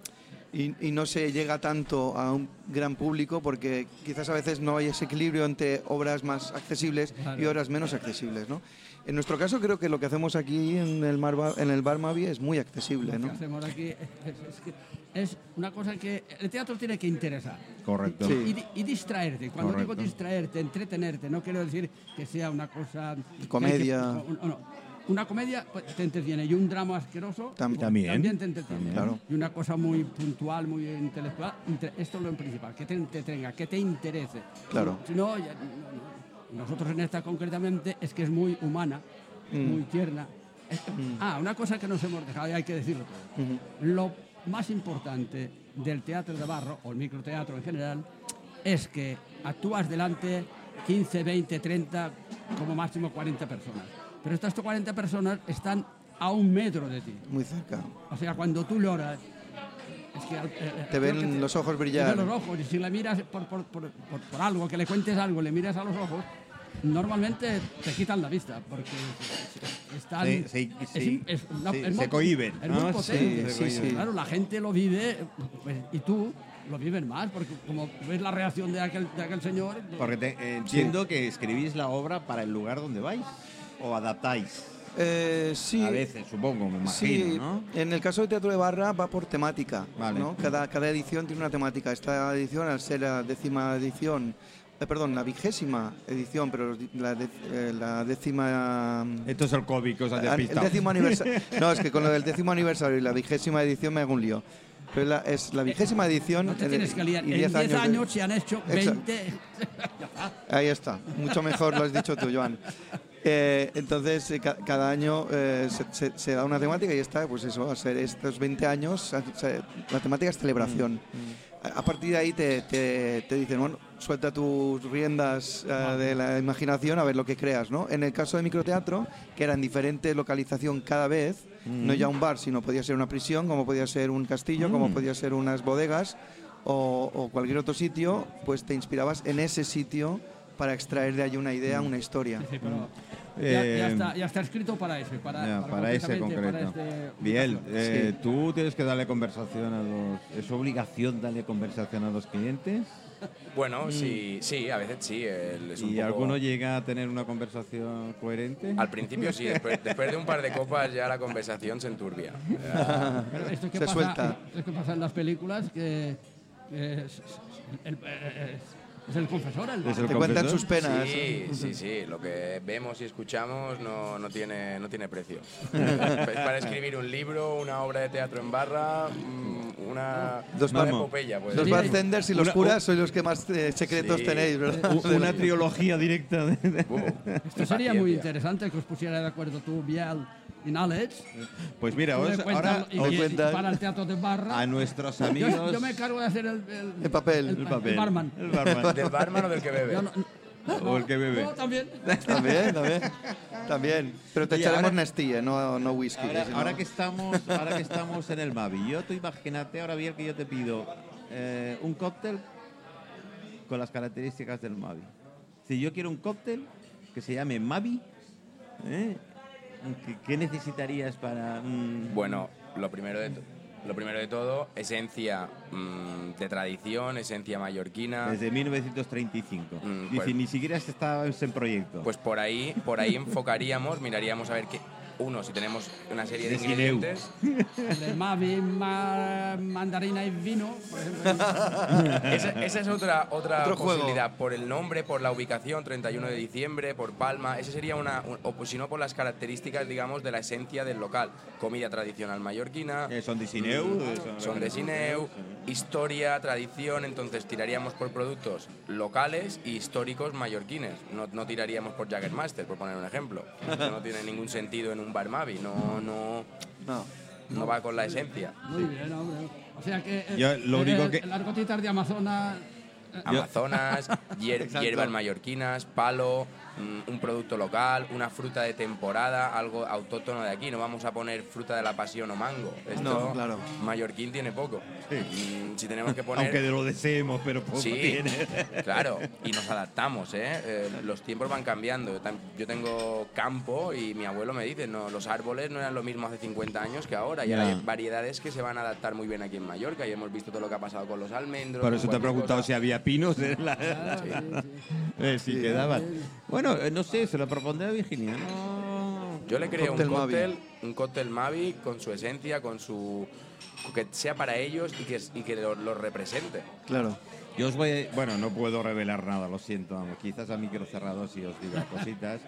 S4: y, y no se llega tanto a un gran público porque quizás a veces no hay ese equilibrio entre obras más accesibles y
S2: Claro.
S4: obras menos accesibles. ¿no? En nuestro caso creo que lo que hacemos aquí en el, Mar Ba- en el Bar Mavi es muy accesible.
S2: Lo
S4: ¿no?
S2: que hacemos aquí es, es que es una cosa que el teatro tiene que interesar
S1: Correcto.
S4: Sí.
S2: y, di- y distraerte. Cuando
S1: Correcto.
S2: digo distraerte, entretenerte, no quiero decir que sea una cosa... eh, que hay
S4: Comedia.
S2: que- o- o no. Una comedia pues, te entretiene y un drama asqueroso pues,
S4: Tam-
S1: también.
S2: te entretiene.
S1: También.
S4: Claro.
S2: Y una cosa muy puntual, muy intelectual, inte- esto es lo principal, que te entretenga, que te interese.
S4: Claro.
S2: Si no, ya- no, no. Nosotros en esta concretamente es que es muy humana, muy tierna. Es- Ah, una cosa que nos hemos dejado y hay que decirlo todo. Lo más importante del teatro de barro, o el microteatro en general, es que actúas delante 15, 20, 30, como máximo 40 personas. Pero estas 40 personas están a un metro de ti.
S4: Muy cerca.
S2: O sea, cuando tú lloras, es que... al- eh,
S4: Te
S2: creo que
S4: ven los ojos
S2: te
S4: brillar.
S2: ven los ojos y si le miras por, por- por- por- por algo, que le cuentes algo, le miras a los ojos, normalmente te quitan la vista porque están...
S1: Se- se-
S2: es-
S1: se-
S2: es una-
S1: se-
S2: es
S1: se
S2: muy-
S1: cohíben,
S2: Es muy
S1: ¿no?
S2: potente.
S4: Sí, sí, sí.
S2: Claro, la gente lo vive pues, y tú lo vives más porque como ves la reacción de aquel, de aquel señor...
S1: Porque te- eh, entiendo que escribís la obra para el lugar donde vais o adaptáis.
S4: Eh, sí.
S1: A veces, supongo, me imagino,
S4: sí.
S1: ¿no?
S4: En el caso de Teatro de Barra va por temática.
S1: Vale.
S4: ¿no? Cada, cada edición tiene una temática. Esta edición, al ser la décima edición, eh, perdón, la vigésima edición, pero la, de- eh,
S1: *laughs*
S4: la décima. eh,
S1: Esto es el COVID que os
S4: An- Ah, El
S1: *laughs*
S4: décimo aniversario. No, es que con lo del décimo aniversario y la vigésima edición me hago un lío. Pero la- es la vigésima edición.
S2: No te
S4: eh,
S2: tienes que liar.
S4: y
S2: En 10 años,
S4: de-
S2: se han hecho
S4: Exacto.
S2: 20...
S4: Ahí está, mucho mejor lo has dicho tú, Joan. Eh, entonces, eh, ca- cada año eh, se, se- se da una temática y está, pues eso, a ser estos 20 años, a- se- la temática es celebración. A, a partir de ahí te, te- te dicen, bueno, suelta tus riendas eh, de la imaginación a ver lo que creas, ¿no? En el caso de microteatro, que era en diferente localización cada vez, no ya un bar, sino podía ser una prisión, como podía ser un castillo, como podía ser unas bodegas, o, o cualquier otro sitio, pues te inspirabas en ese sitio para extraer de allí una idea, una historia.
S2: Sí, pero ya,
S1: Eh,
S2: ya está, ya está escrito para ese, para,
S1: Ya, para ese
S2: concretamente,
S1: concreto.
S2: para este-
S1: Biel, eh,
S4: Sí.
S1: tú tienes que darle conversación a los. ¿Es obligación darle conversación a los clientes?
S3: Bueno, sí, sí, a veces sí. el- es un
S1: ¿Y
S3: poco-
S1: alguno llega a tener una conversación coherente?
S3: Al principio sí, después, después de un par de copas ya la conversación se enturbia.
S2: Pero esto que
S4: Se
S2: pasa,
S4: suelta.
S2: esto que pasa en las películas que, que es- es- el- eh, eh, Es el confesor, el
S1: Es el
S4: Te cuentan
S1: confesor.
S4: sus penas.
S3: Sí, sí, sí. Lo que vemos y escuchamos no, no tiene, no tiene precio.
S4: *laughs*
S3: Es para escribir un libro, una obra de teatro en barra, mm, una,
S4: Dos
S3: una
S4: vamos.
S3: epopeya. Pues.
S4: Los bartenders y los
S1: Una-
S4: curas sois los que más eh, secretos
S3: Sí.
S4: tenéis, ¿verdad?
S1: U- Una trilogía directa. de- de-
S3: Uh,
S2: Esto sería muy
S3: paciencia.
S2: interesante que os pusiera de acuerdo tú, Biel y Alex.
S1: Pues mira,
S2: Tú le
S1: os-
S2: cuentas
S1: ahora
S2: y-
S1: os
S2: y-
S1: cuentas
S2: para el teatro de barra.
S1: a nuestros
S2: Yo,
S1: amigos
S2: yo me encargo de hacer el, el,
S4: El papel.
S2: el,
S4: El
S2: pa- el
S1: papel.
S2: barman.
S1: El
S3: *laughs*
S1: barman.
S3: ¿Del barman o del que bebe?
S2: Yo no-
S1: o el que bebe.
S2: No,
S1: *laughs*
S2: también.
S4: *laughs* También, también. También. Pero te
S1: Oye,
S4: echaremos
S1: ahora-
S4: Nestilla, no, no whisky.
S6: Ahora,
S4: sino-
S6: ahora que estamos, ahora que estamos en el Mavi, yo tú imagínate ahora bien que yo te pido eh, un cóctel con las características del Mavi. Si yo quiero un cóctel que se llame Mavi, ¿eh? ¿Qué, qué necesitarías para un
S3: Bueno, lo primero de, to- lo primero de todo, esencia mm, de tradición, esencia mallorquina.
S6: desde 1935?
S3: Mm,
S6: Dice,
S3: pues-
S6: ni siquiera estabas en proyecto.
S3: Pues por ahí, por ahí enfocaríamos, miraríamos a ver qué. Uno, si tenemos una serie de
S6: De guineu.
S3: ingredientes.
S2: De Mavi, ma- mandarina y vino, por ejemplo.
S3: Esa, esa es otra, otra
S4: Otro juego.
S3: posibilidad. Por el nombre, por la ubicación, 31 de diciembre, por Palma. Esa sería una. un- o pues si no, por las características, digamos, de la esencia del local. Comida tradicional mallorquina.
S1: Eh, son de Sineu, eh,
S3: Son de Sineu, Mm. historia, tradición, entonces tiraríamos por productos locales y históricos mallorquines. No, no tiraríamos por Jaggermaster, por poner un ejemplo. Eso no tiene ningún sentido en un bar Mavi, no, no,
S4: No.
S3: no va con la esencia.
S2: Muy bien, hombre. O sea que. eh,
S1: Yo lo único
S2: eres
S1: que-
S2: Las gotitas de Amazonas. eh,
S4: *laughs*
S3: Amazonas, hier- hierbas mallorquinas, palo, mm, un producto local, una fruta de temporada, algo autóctono de aquí. No vamos a poner fruta de la pasión o mango. Esto
S4: No, claro.
S3: mallorquín tiene poco. Mm, Si tenemos
S4: *laughs*
S3: que poner...
S1: Aunque de lo deseemos, pero poco
S3: Sí,
S1: tiene. *laughs*
S3: claro, y nos adaptamos, ¿eh? Eh, Los tiempos van cambiando. Yo tam- Yo tengo campo y mi abuelo me dice, no, los árboles no eran lo mismo hace 50 años que ahora. Y ahora
S1: Ya.
S3: hay variedades que se van a adaptar muy bien aquí en Mallorca y hemos visto todo lo que ha pasado con los almendros.
S1: Por
S3: con
S1: eso te he
S3: cualquier
S1: preguntado
S3: cosa.
S1: si había pinos en la-
S2: claro, sí, sí.
S1: *laughs* eh, si quedaban. Bueno, eh, no sé, se lo propondré a Virginia. ¿no?
S3: Yo le creo
S4: Cóctel
S3: un
S4: Mavi.
S3: cóctel, un cóctel Mavi con su esencia, con su... que sea para ellos y que, y que lo, lo represente.
S4: Claro.
S1: Yo os voy a- Bueno, no puedo revelar nada, lo siento. vamos, Quizás a micro cerrado si os diga cositas.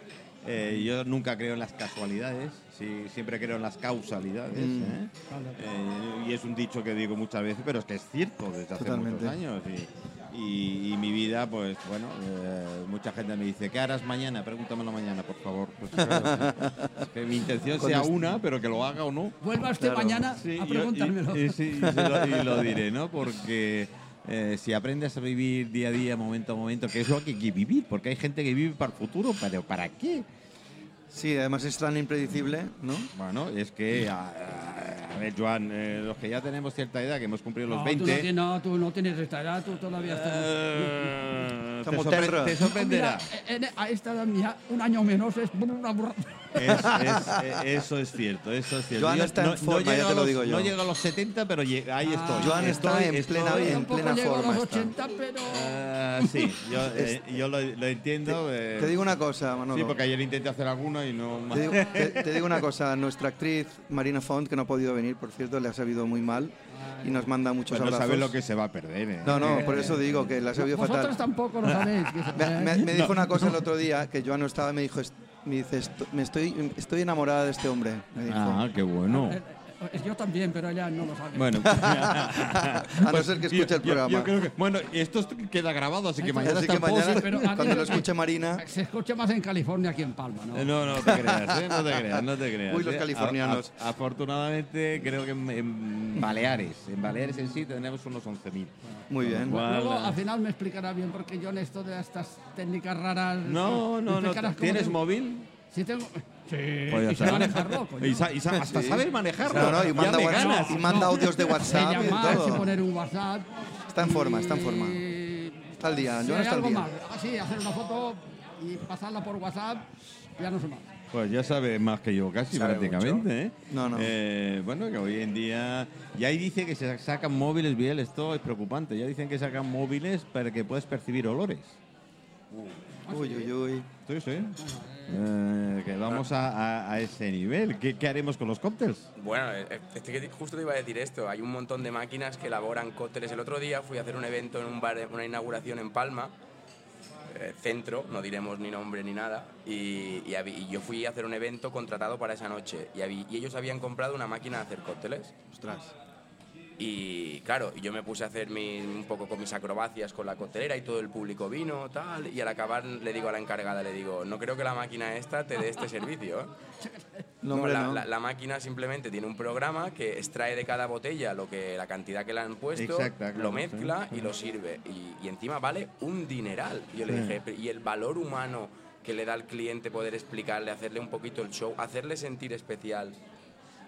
S1: Eh, yo nunca creo en las casualidades, sí, siempre creo en las causalidades. ¿eh? Eh, y es un dicho que digo muchas veces, pero es que es cierto desde hace
S4: Totalmente.
S1: muchos años. Y, y- y mi vida, pues bueno, eh, mucha gente me dice, ¿qué harás mañana? Pregúntamelo mañana, por favor. Pues, claro, es que mi intención sea una, pero que lo haga o no.
S2: Vuelva usted mañana
S1: Sí,
S2: a
S1: yo-
S2: preguntármelo.
S1: y- y sí, y se lo,
S2: *laughs*
S1: y lo diré, ¿no? Porque eh, si aprendes a vivir día a día, momento a momento, que es lo que hay que vivir, porque hay gente que vive para el futuro, pero ¿para qué?
S4: Sí, además es tan impredecible, ¿no?
S1: Bueno, es que, a, a- a ver, Joan, eh, los que ya tenemos cierta edad, que hemos cumplido los
S2: No, tú
S1: 20...
S2: no, tienes, no, tú no tienes esta edad, tú todavía estás.
S1: eh, te,
S4: Estamos
S1: sorpre-
S4: terros.
S1: te
S2: Ah,
S1: sorprenderá.
S2: mira, en- a esta edad mía, un año menos es una burra.
S1: Es- es- eh, eso es cierto, eso es cierto.
S4: Joan
S1: Yo
S4: está en forma,
S1: llego
S4: ya te
S1: a
S4: lo
S1: los-
S4: digo yo.
S1: No llego a los 70, pero lle- ahí
S2: Ah.
S1: estoy.
S4: Joan está
S1: estoy-
S4: en
S1: estoy-
S2: *laughs*
S4: plena- en
S2: Tampoco
S4: plena
S2: llego a
S4: forma
S2: los
S4: está.
S2: 80, pero.
S1: Ah, sí, yo,
S4: *laughs*
S1: eh, yo lo, lo entiendo. eh,
S4: Este, Te digo una cosa, Manolo.
S1: Sí, porque ayer intenté hacer alguno y no.
S4: Te digo, te- te digo una cosa, nuestra actriz Marina Font, que no ha podido venir, por cierto, le ha sabido muy mal y nos manda muchos
S1: Pero Pues no
S4: abrazos.
S1: sabe lo que se va a perder. ¿eh?
S4: No, no, por eso digo que la ha sabido
S2: Vosotros
S4: fatal.
S1: *laughs*
S2: tampoco lo sabéis. que se- eh,
S4: Me, me- me dijo una cosa el otro día que Joan no estaba y me dijo, "Est- me dice, "Esto- me estoy, estoy enamorada de este hombre. me dijo.
S1: Ah, qué bueno.
S2: Eh, eh, Yo también, pero ella no lo sabe.
S1: Bueno, *laughs*
S4: *laughs*
S1: Pues
S4: a no ser que escuche el
S1: Yo- yo-
S4: programa.
S1: yo creo que- bueno, esto queda grabado, así que mañana
S4: Así
S1: está
S4: que
S1: en post.
S4: mañana,
S2: pero a
S4: cuando
S2: mí-
S4: lo escuche Marina,
S2: Eh, Se escucha más en California que en Palma, ¿no?
S1: Eh, No, no te creas, ¿eh? no te creas, no te creas.
S4: Uy, los
S1: ¿eh?
S4: californianos.
S1: A- a- afortunadamente, creo que en, en Baleares, en Baleares en sí, tenemos unos 11.000.
S4: muy bien.
S2: Luego
S1: Guala.
S2: al final me explicará bien porque yo en esto de estas técnicas raras.
S1: No, no,
S2: estas
S1: no.
S2: caras, ¿cómo
S1: ¿Tienes
S2: te-
S1: móvil?
S2: Sí, tengo. Sí,
S1: Pues ya
S2: y sé
S1: está.
S2: manejarlo, coño.
S1: Y sa- y sa- hasta sabes manejarlo.
S4: No, no, y
S1: Ya
S4: manda,
S1: me
S4: whats-
S1: ganas.
S4: y manda audios de WhatsApp
S2: Sé
S4: y
S2: llamar, sé
S4: todo.
S2: poner un WhatsApp.
S4: Está en forma, está en
S2: y-
S4: forma. Está al día,
S2: si
S4: Joan
S2: hay
S4: está al
S2: algo
S4: día.
S2: más. Ah, sí, hacer una foto y pasarla por WhatsApp, ya no sé más.
S1: Pues ya sabe más que yo casi
S3: Sabe
S1: prácticamente, ¿eh?
S4: No, no.
S1: Eh, bueno, que hoy en día... Y ahí dice que se sacan móviles, Biel, esto es preocupante. Ya dicen que sacan móviles para que puedas percibir olores.
S4: Uy, uy, uy.
S1: Sí, sí. Eh, que vamos a, a- a ese nivel. ¿Qué, qué haremos con los cócteles?
S3: Bueno, eh, eh, es que justo te iba a decir esto. Hay un montón de máquinas que elaboran cócteles. El otro día fui a hacer un evento en un bar, una inauguración en Palma, eh, centro, no diremos ni nombre ni nada, y, y habí- y yo fui a hacer un evento contratado para esa noche, y, habí- y ellos habían comprado una máquina de hacer cócteles.
S4: Ostras.
S3: Y claro, yo me puse a hacer mi- un poco con mis acrobacias con la coctelera y todo el público vino, tal. Y al acabar le digo a la encargada, le digo, no creo que la máquina esta te dé este servicio. ¿eh".
S4: No, hombre,
S3: la,
S4: no.
S3: la- la máquina simplemente tiene un programa que extrae de cada botella lo que la cantidad que le han puesto,
S1: Exacta, claro,
S3: lo
S1: sí,
S3: mezcla y lo sirve. Y, y encima vale un dineral. Yo le dije, "Pero, y el valor humano que le da al cliente poder explicarle, hacerle un poquito el show, hacerle sentir especial.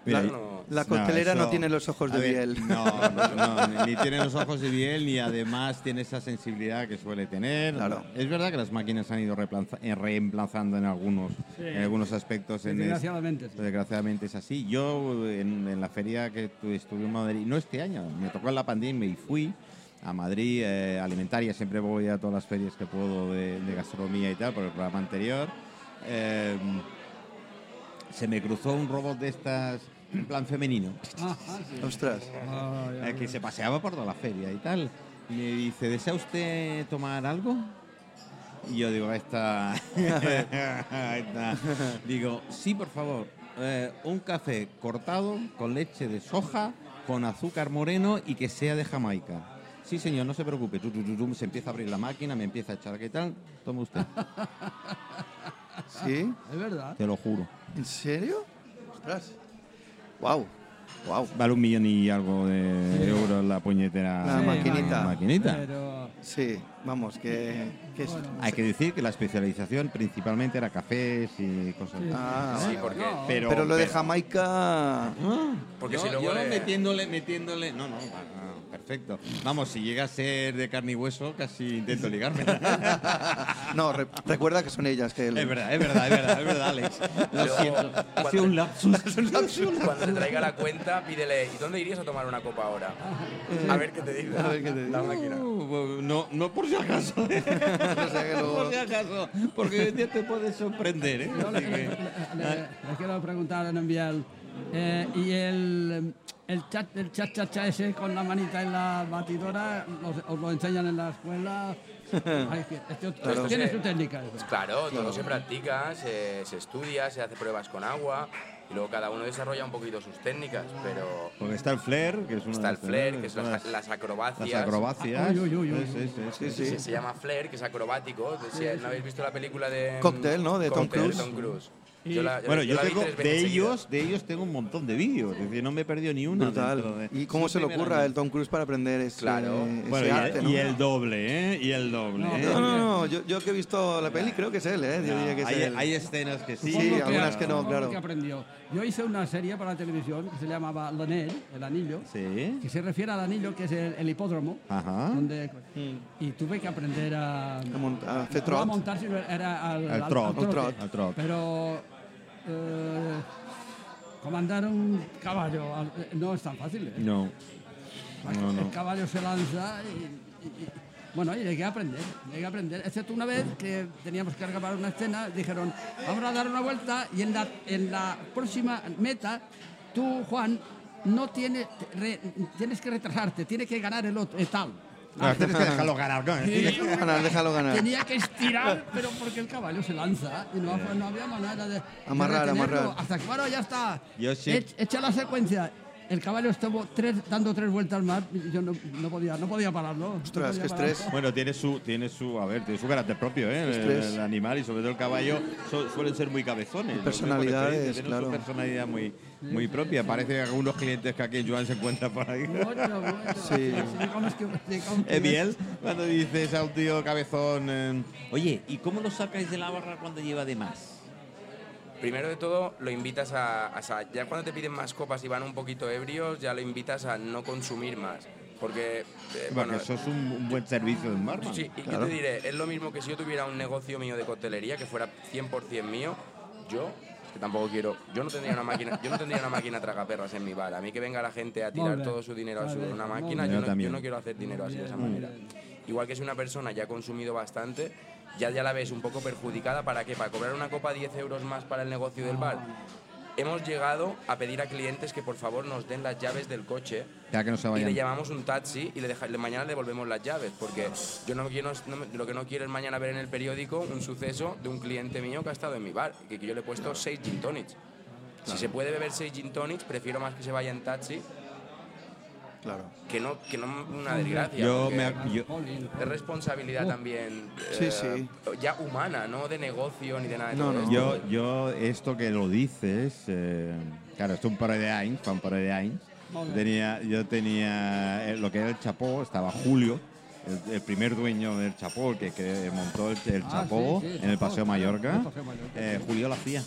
S1: Mira,
S3: Eso
S1: y-
S3: no-
S4: La costelera no
S1: eso-
S4: tiene los ojos de
S1: a ver,
S4: Biel.
S1: No, no, no, ni tiene los ojos de Biel, ni además tiene esa sensibilidad que suele tener.
S4: Claro.
S1: Es verdad que las máquinas han ido replanza- eh, reemplazando en algunos, en algunos aspectos. en es-
S2: Desgraciadamente, sí.
S1: desgraciadamente es así. Yo en, en la feria que tu- estuve en Madrid, no este año, me tocó la pandemia y fui a Madrid eh, alimentaria, siempre voy a todas las ferias que puedo de, de gastronomía y tal, por el programa anterior. Eh, se me cruzó un robot de estas, en plan femenino,
S2: Ah, ah, sí.
S4: Ostras.
S2: Ah, ya,
S1: eh, que se paseaba por toda la feria y tal. Y me dice, ¿desea usted tomar algo? Y yo digo,
S4: *laughs*
S1: esta... *laughs* esta. Digo, sí, por favor, eh, un café cortado con leche de soja, con azúcar moreno y que sea de Jamaica. Sí, señor, no se preocupe. Tu, tu, tu, tum, se empieza a abrir la máquina, me empieza a echar, ¿qué tal? Toma usted,
S4: ¿Sí?
S2: Es verdad.
S1: te lo juro.
S4: ¿En serio? Ostras. Wow. Wow.
S1: Vale un millón y algo de euros la puñetera
S4: La maquinita. Eh,
S1: maquinita.
S2: Pero,
S4: Sí, vamos, que. que es-
S2: Bueno.
S1: Hay que decir que la especialización principalmente era cafés y cosas.
S2: Sí.
S4: Ah,
S3: Sí,
S4: vale.
S3: porque,
S2: No.
S4: pero, lo de Jamaica.
S3: porque
S1: yo,
S3: si luego
S1: yo
S3: le-
S1: metiéndole, metiéndole. No, no, va, no, perfecto. Vamos, si llega a ser de carne y hueso, casi intento ligarme. *laughs* es
S4: No, re- recuerda que son ellas que.
S1: verdad, es verdad, es verdad, es verdad, Alex. Lo
S3: Yo-
S1: siento. Ha
S3: *laughs* cuando-
S1: sido un lapsus.
S3: Cuando te traiga la cuenta, pídele, ¿y dónde irías a tomar una copa ahora? A ver qué te dice.
S4: A ver qué te dice.
S3: La máquina.
S1: Uh, No, *laughs* no por si acaso. ¿eh?
S4: O sea que
S1: No
S4: luego-
S1: por si acaso. Porque hoy en día te puede sorprender, ¿eh?
S2: yo le,
S1: Así que-
S2: le- le- le quiero preguntar en enviar. eh, y el, el chat, el chat, chat, chat ese con la manita en la batidora, ¿os, os lo enseñan en la
S4: *laughs*
S2: escuela? Ay, que- este otro-
S3: Claro.
S2: Tiene
S3: Sí.
S2: su técnica. eso.
S3: Claro, todo se practica, se, se estudia, se hace pruebas con agua y luego cada uno desarrolla un poquito sus técnicas, pero
S1: Porque está el flair, que es una
S3: está
S1: de
S3: el
S1: las-
S3: flair, que son
S1: una de
S3: las, las acrobacias.
S1: Las acrobacias.
S2: Ah, uy, uy, uy, uy.
S1: Sí, sí, sí, sí.
S3: Sí, Se, llama flair, que es acrobático. Si ¿No habéis visto la película de... mm,
S4: Cóctel, ¿no? De Tom
S3: Cóctel,
S4: Cruise.
S3: Cruise.
S2: Y-
S3: la-
S1: Bueno, yo
S3: la vi
S1: tengo
S3: tres
S1: de
S3: veces seguidas.
S1: ellos, de ellos tengo un montón de vídeos, es decir, no me he perdido ni uno. dentro
S4: Brutal.
S1: de-
S4: ¿Y cómo se le
S1: Primer
S4: ocurra
S1: año.
S4: el Tom Cruise para aprender ese,
S3: Claro.
S4: ese
S1: Bueno, y,
S4: arte,
S1: el,
S4: ¿no?
S1: y el doble, ¿eh? Y el doble.
S2: No,
S1: ¿eh?
S4: No, no, no. Yo, yo que he visto la peli creo que es él, ¿eh? Yo diría que es
S1: hay,
S4: él.
S1: hay escenas que sí,
S4: Sí,
S2: Supongo
S4: algunas que no,
S2: supongo
S4: claro.
S2: que aprendió. Yo hice una serie para la televisión que se llamaba L'Anel, el anillo,
S1: Sí.
S2: que se refiere al anillo que es el, el hipódromo.
S1: Ajá.
S2: Donde, Y tuve que aprender a,
S4: mont- a hacer
S2: no
S4: trot.
S2: a montar, sino era al,
S1: Al
S2: al-
S1: trot,
S2: al
S1: al
S2: trote.
S1: trot, al trot.
S2: Pero eh, comandar un caballo al- eh, no es tan fácil. ¿eh?
S1: No. no, no.
S2: El caballo se lanza y, y- y- bueno, y llegué a aprender, llegué a aprender. Excepto una vez que teníamos que grabar una escena, dijeron, vamos a dar una vuelta y en la, en la próxima meta, tú, Juan, no tienes, re- tienes que retrasarte, tienes que ganar el otro, eh, tal.
S4: Ah.
S1: No, Ah, tienes que dejarlo ganar, ¿no?
S4: Déjalo ganar, déjalo ganar.
S2: Tenía que
S4: *laughs*
S2: estirar, pero porque el caballo se lanza y no, no había manera de. de
S4: Amarrar,
S2: retenerlo.
S4: amarrar.
S2: Hasta que, bueno, ya está.
S1: Yo sí.
S2: Ech- echa la secuencia. El caballo estuvo tres, dando tres vueltas más. y Yo no, no podía, no podía pararlo. no
S4: Ostras,
S2: podía
S4: qué
S2: pararlo.
S4: estrés.
S1: Bueno, tiene su, tiene su, a ver, tiene su carácter propio, ¿eh? El,
S4: Estrés.
S1: el animal y sobre todo el caballo su- suelen ser muy cabezones. lo sé por
S4: personalidades,
S1: experiencia, tienen
S4: claro.
S1: su personalidad muy, muy propia. Parece algunos clientes que aquí en Joan se encuentra por ahí.
S2: Bueno, bueno,
S4: Sí.
S2: digamos que- digamos que-
S1: Eh, Biel, cuando dices a un tío cabezón. eh, Oye, ¿y cómo lo sacáis de la barra cuando lleva de más?
S3: Primero de todo, lo invitas a, a sa- Ya cuando te piden más copas y van un poquito ebrios, ya lo invitas a no consumir más. Porque, eh,
S1: Porque
S3: bueno,
S1: eso es un, un buen servicio de un barman.
S3: sí, y yo te diré, es lo mismo que si yo tuviera un negocio mío de coctelería que fuera 100% mío, yo, que tampoco quiero, yo no tendría una máquina, yo no tendría una máquina tragaperras en mi bar. A mí que venga la gente a tirar
S2: Molt bé.
S3: todo su dinero a su-
S2: Vale,
S3: una
S2: molt
S3: máquina,
S1: bé.
S3: yo
S1: Jo
S3: no,
S1: també.
S3: yo no quiero hacer dinero así de esa
S2: Molt bé.
S3: manera. Igual que si una persona ya ha consumido bastante, ya, ya la ves un poco perjudicada, ¿para qué? ¿Para cobrar una copa 10 euros más para el negocio del bar? hemos llegado a pedir a clientes que por favor nos den las llaves del coche
S1: Ya que no se
S3: y
S1: vayan.
S3: le llamamos un taxi y le deja- le- mañana le devolvemos las llaves porque yo no quiero no me- lo que no quiero es mañana ver en el periódico un suceso de un cliente mío que ha estado en mi bar que que yo le he puesto seis gin tonics si se puede beber seis gin tonics prefiero más que se vaya en taxi
S4: Claro.
S3: que no que no una desgracia
S1: Yo
S3: porque
S1: me, ac- yo,
S2: Jolín.
S3: es responsabilidad también eh,
S4: Sí, sí.
S3: ya humana no de negocio ni de nada de todo
S4: No, no.
S3: esto.
S1: Yo, yo, esto que lo dices, eh, claro, esto un par de años, fue un par de años.
S2: Molt bé.
S1: Tenía, yo tenía eh, lo que era el Chapó, estaba Julio, el, el primer dueño del Chapó, el que cre- montó el, el
S2: Ah,
S1: Chapó
S2: sí, sí, el
S1: en el
S2: Chapó,
S1: Paseo
S2: sí,
S1: Mallorca.
S2: el Paseo Mallorca,
S1: eh,
S2: sí.
S1: Julio lo hacía.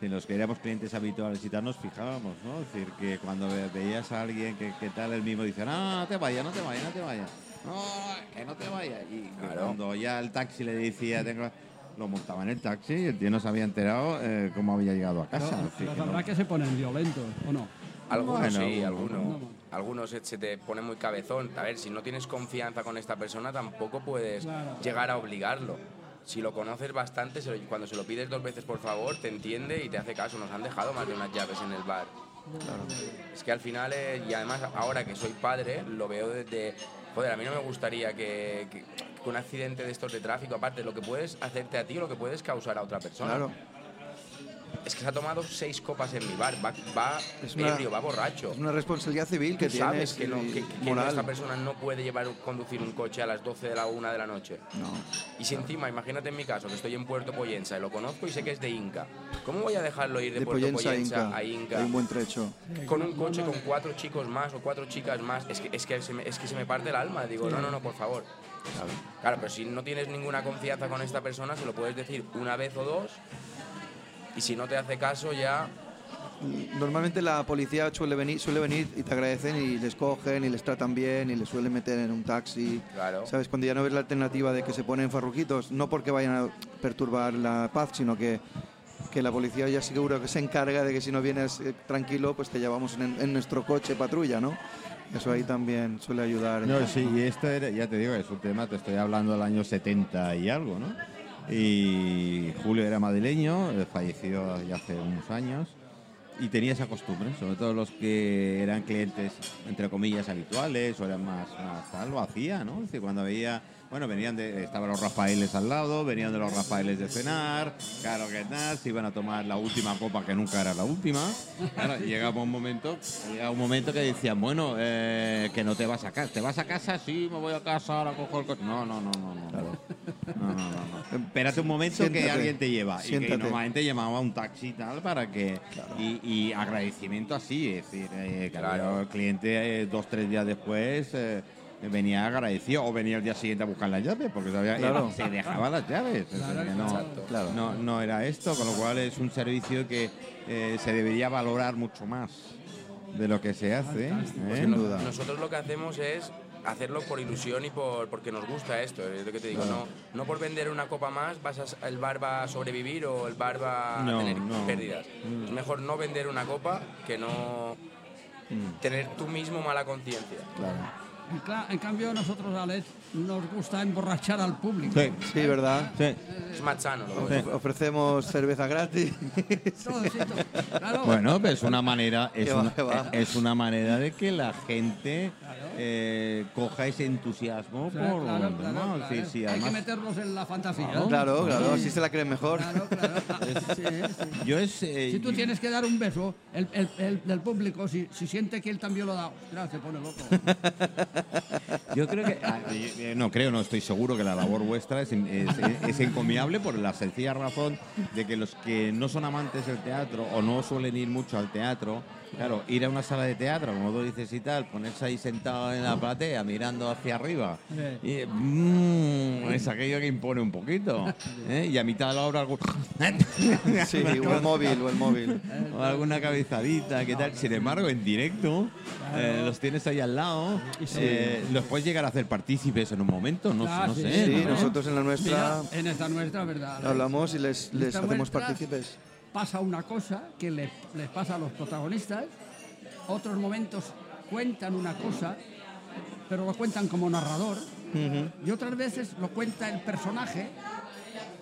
S1: Si los que éramos clientes habituales y tal, nos fijábamos, ¿no? Es decir, que cuando ve- veías a alguien que, que tal, él mismo dice, no, no te vayas, no te vayas, no te vayas. No, que no te vayas. Y
S3: Claro.
S1: cuando ya el taxi le decía, tengo... Lo montaba en el taxi y el tío no se había enterado eh, cómo había llegado a casa.
S2: Pero,
S1: Así
S2: pero
S1: que
S2: la
S1: no-
S2: verdad que se ponen violentos, ¿o no?
S3: Algunos
S1: Bueno,
S3: sí,
S1: bueno,
S3: algunos.
S2: bueno.
S3: Algunos se, se te pone muy cabezón. A ver, si no tienes confianza con esta persona, tampoco puedes
S2: Claro.
S3: llegar a obligarlo. Si lo conoces bastante, se lo- cuando se lo pides dos veces por favor, te entiende y te hace caso. Nos han dejado más de unas llaves en el bar. Es que al final, eh, y además ahora que soy padre, lo veo desde... Joder, a mí no me gustaría que, que- que un accidente de estos de tráfico, aparte, lo que puedes hacerte a ti, lo que puedes causar a otra persona.
S4: Claro.
S3: Es que se ha tomado seis copas en mi bar, va, va
S4: Es una-
S3: ebrio, va borracho.
S4: Es una responsabilidad civil que
S3: Tú sabes
S4: tienes
S3: que, no,
S4: y
S3: que, que
S4: moral.
S3: esta persona no puede llevar conducir un coche a las 12 de la 1 de la noche.
S4: No.
S3: Y si encima, imagínate en mi caso, que estoy en Puerto Poyensa y lo conozco y sé que es de Inca, ¿cómo voy a dejarlo ir de,
S4: De
S3: Puerto
S4: Poyensa a
S3: Poyensa
S4: Inca.
S3: a Inca?
S4: Hay un buen trecho.
S3: Con un coche con cuatro chicos más o cuatro chicas más, es que, es que, se, me, es que se me parte el alma. Digo, no, no, no, por favor. Claro, pero si no tienes ninguna confianza con esta persona, se lo puedes decir una vez o dos. Y si no te hace caso, ya
S4: Normalmente la policía suele venir, suele venir y te agradecen y les cogen y les tratan bien y les suelen meter en un taxi.
S3: Claro.
S4: ¿Sabes? Cuando ya no ves la alternativa de que se ponen farruquitos, no porque vayan a perturbar la paz, sino que, que la policía ya seguro que se encarga de que si no vienes eh, tranquilo, pues te llevamos en, en nuestro coche patrulla, ¿no? Eso ahí también suele ayudar.
S1: No, sí, y esto era, ya te digo, es un tema, te estoy hablando del año 70 y algo, ¿no? Y Julio era madrileño, eh, falleció ya hace unos años, y tenía esa costumbre, sobre todo los que eran clientes, entre comillas, habituales, o eran más, más tal, lo hacía, ¿no? Es decir, cuando veía, bueno, venían de, estaban los Rafaeles al lado, venían de los Rafaeles de cenar, claro que tal, se iban a tomar la última copa que nunca era la última. Claro, y llegaba un momento, llegaba un momento que decían, bueno, eh, que no te vas a casa, te vas a casa, sí, me voy a casa, ahora cojo el coche. No, no, no, no, no. No, no, no, no. Espérate un momento que
S4: Siéntate.
S1: alguien te lleva. Y que
S4: Siéntate.
S1: normalmente llamaba un taxi y tal para que. Y, y agradecimiento así, es decir, eh, que
S3: Claro.
S1: había el cliente eh, dos, tres días después eh, venía agradecido o venía el día siguiente a buscar las llaves porque sabía-
S4: Claro.
S1: se dejaba las llaves. es
S2: Claro,
S1: decir, que no,
S3: exacto.
S1: claro. no, no era esto, con lo cual es un servicio que eh, se debería valorar mucho más de lo que se hace. ¿eh?
S4: Sin duda.
S3: Nosotros lo que hacemos es hacerlo por ilusión y por porque nos gusta esto. Es lo que te digo, no, no por vender una copa más vas a s- el bar va a sobrevivir o el bar va
S1: No,
S3: a tener
S1: no. Mm.
S3: pérdidas. Es mejor no vender una copa que no
S1: Mm.
S3: tener tú mismo mala conciencia.
S2: En, cla- en cambio, nosotros, Alex, nos gusta emborrachar al público.
S4: Sí, ¿verdad?
S1: Sí.
S3: Es más sano. lo que-
S4: Ofrecemos cerveza gratis.
S2: Todo, sí, todo. Claro.
S1: Bueno, pero es una
S4: *laughs*
S1: manera, es,
S4: Qué va,
S1: una, eh,
S4: qué va.
S1: es una manera de que la gente eh, coja ese entusiasmo
S2: Claro,
S1: por
S2: claro,
S1: ¿no?
S2: claro,
S1: Sí,
S2: claro.
S1: sí,
S2: Hay que
S1: además-
S2: meterlos en la fantasía.
S4: *laughs* Claro, claro, así se la creen mejor.
S2: Claro, claro. Ah, sí, sí.
S1: yo es, eh,
S2: Si tú tienes que dar un beso, el, el- el- del público, si, si siente que él también lo da, ostras, se pone loco.
S1: yo creo que ah, eh, no creo, no estoy seguro que la labor vuestra es, en- es- es encomiable por la sencilla razón de que los que no son amantes del teatro o no suelen ir mucho al teatro, claro, ir a una sala de teatro, como tú dices y tal, ponerse ahí sentado en la platea mirando hacia arriba
S2: Sí.
S1: Y, eh, mm, es aquello que impone un poquito. ¿eh? Y a mitad de la obra algún-
S4: *laughs*
S1: *laughs*
S4: Sí, o el móvil, o el móvil.
S1: o alguna cabezadita, ¿qué tal? Sin embargo, en directo eh, los tienes ahí al lado, eh, los puedes llegar a hacer partícipes en un momento, no,
S2: Ah,
S1: no
S2: sí,
S1: sé.
S4: Sí,
S1: ¿no?
S4: nosotros en la nuestra
S2: Mira, en esta nuestra, ¿verdad? Alex?
S4: hablamos y les,
S2: En
S4: les
S2: esta
S4: hacemos
S2: nuestra
S4: partícipes.
S2: Pasa una cosa que le- les pasa a los protagonistas, otros momentos cuentan una cosa, pero lo cuentan como narrador, y otras veces lo cuenta el personaje,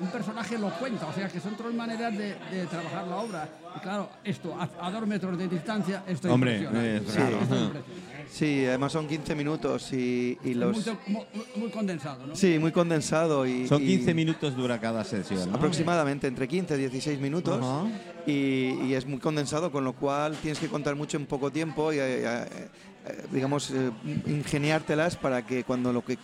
S2: un personaje lo cuenta, o sea que son tres maneras de, de trabajar la obra. Y claro, esto a, a dos metros de distancia, esto
S5: Hombre,
S2: impresiona.
S5: eh,
S2: Sí,
S5: claro.
S2: esto impresiona.
S4: Sí, además son 15 minutos y, y los...
S2: Mucho- mu- muy, condensado, ¿no?
S4: Sí, muy condensado y...
S5: Son
S4: y
S5: 15 minutos dura cada sesión. ¿no?
S4: Aproximadamente entre 15 y 16 minutos
S5: Ajá.
S4: y, y es muy condensado, con lo cual tienes que contar mucho en poco tiempo y, eh, eh, eh, digamos, eh, ingeniártelas para que cuando lo que,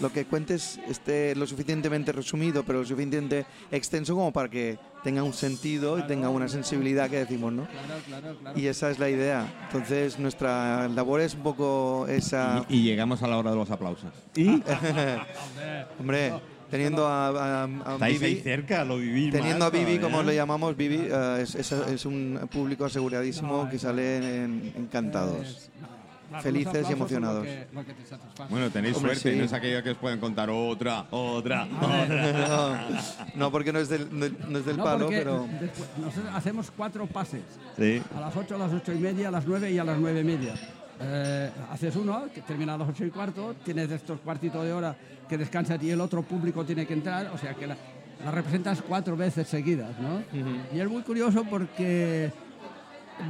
S4: lo que cuentes esté lo suficientemente resumido, pero lo suficientemente extenso como para que tenga un sentido y tenga una sensibilidad que decimos, ¿no?
S2: Claro, claro, claro.
S4: Y esa es la idea. Entonces, nuestra labor es un poco esa...
S5: Y, y llegamos a la hora de los aplausos.
S4: *laughs* Hombre, teniendo a, a, a
S5: Estáis ahí
S4: Bibi-
S5: cerca, lo vivís.
S4: Teniendo
S5: más
S4: a Bibi,
S5: todavía.
S4: como le llamamos, Bibi eh, es, es- es un público aseguradísimo que salen en- encantados.
S2: Claro,
S4: Felices
S2: los
S4: y
S2: aplausos son
S4: emocionados.
S2: Lo que, lo que te satisface.
S5: Bueno, tenéis
S4: Hombre,
S5: suerte,
S4: sí.
S5: no es aquello que os pueden contar otra, otra, otra.
S4: *laughs* No, no, porque no es del, no- no es del
S2: No,
S4: palo,
S2: porque
S4: pero
S2: después- nosotros hacemos cuatro pases.
S5: Sí.
S2: A las 8, a las 8 y media, a las 9 y a las 9 y media. Eh, haces uno, que termina a las 8 y cuarto, tienes estos cuartitos de hora que descansas y el otro público tiene que entrar, o sea que la, la representas cuatro veces seguidas, ¿no? Y es muy curioso porque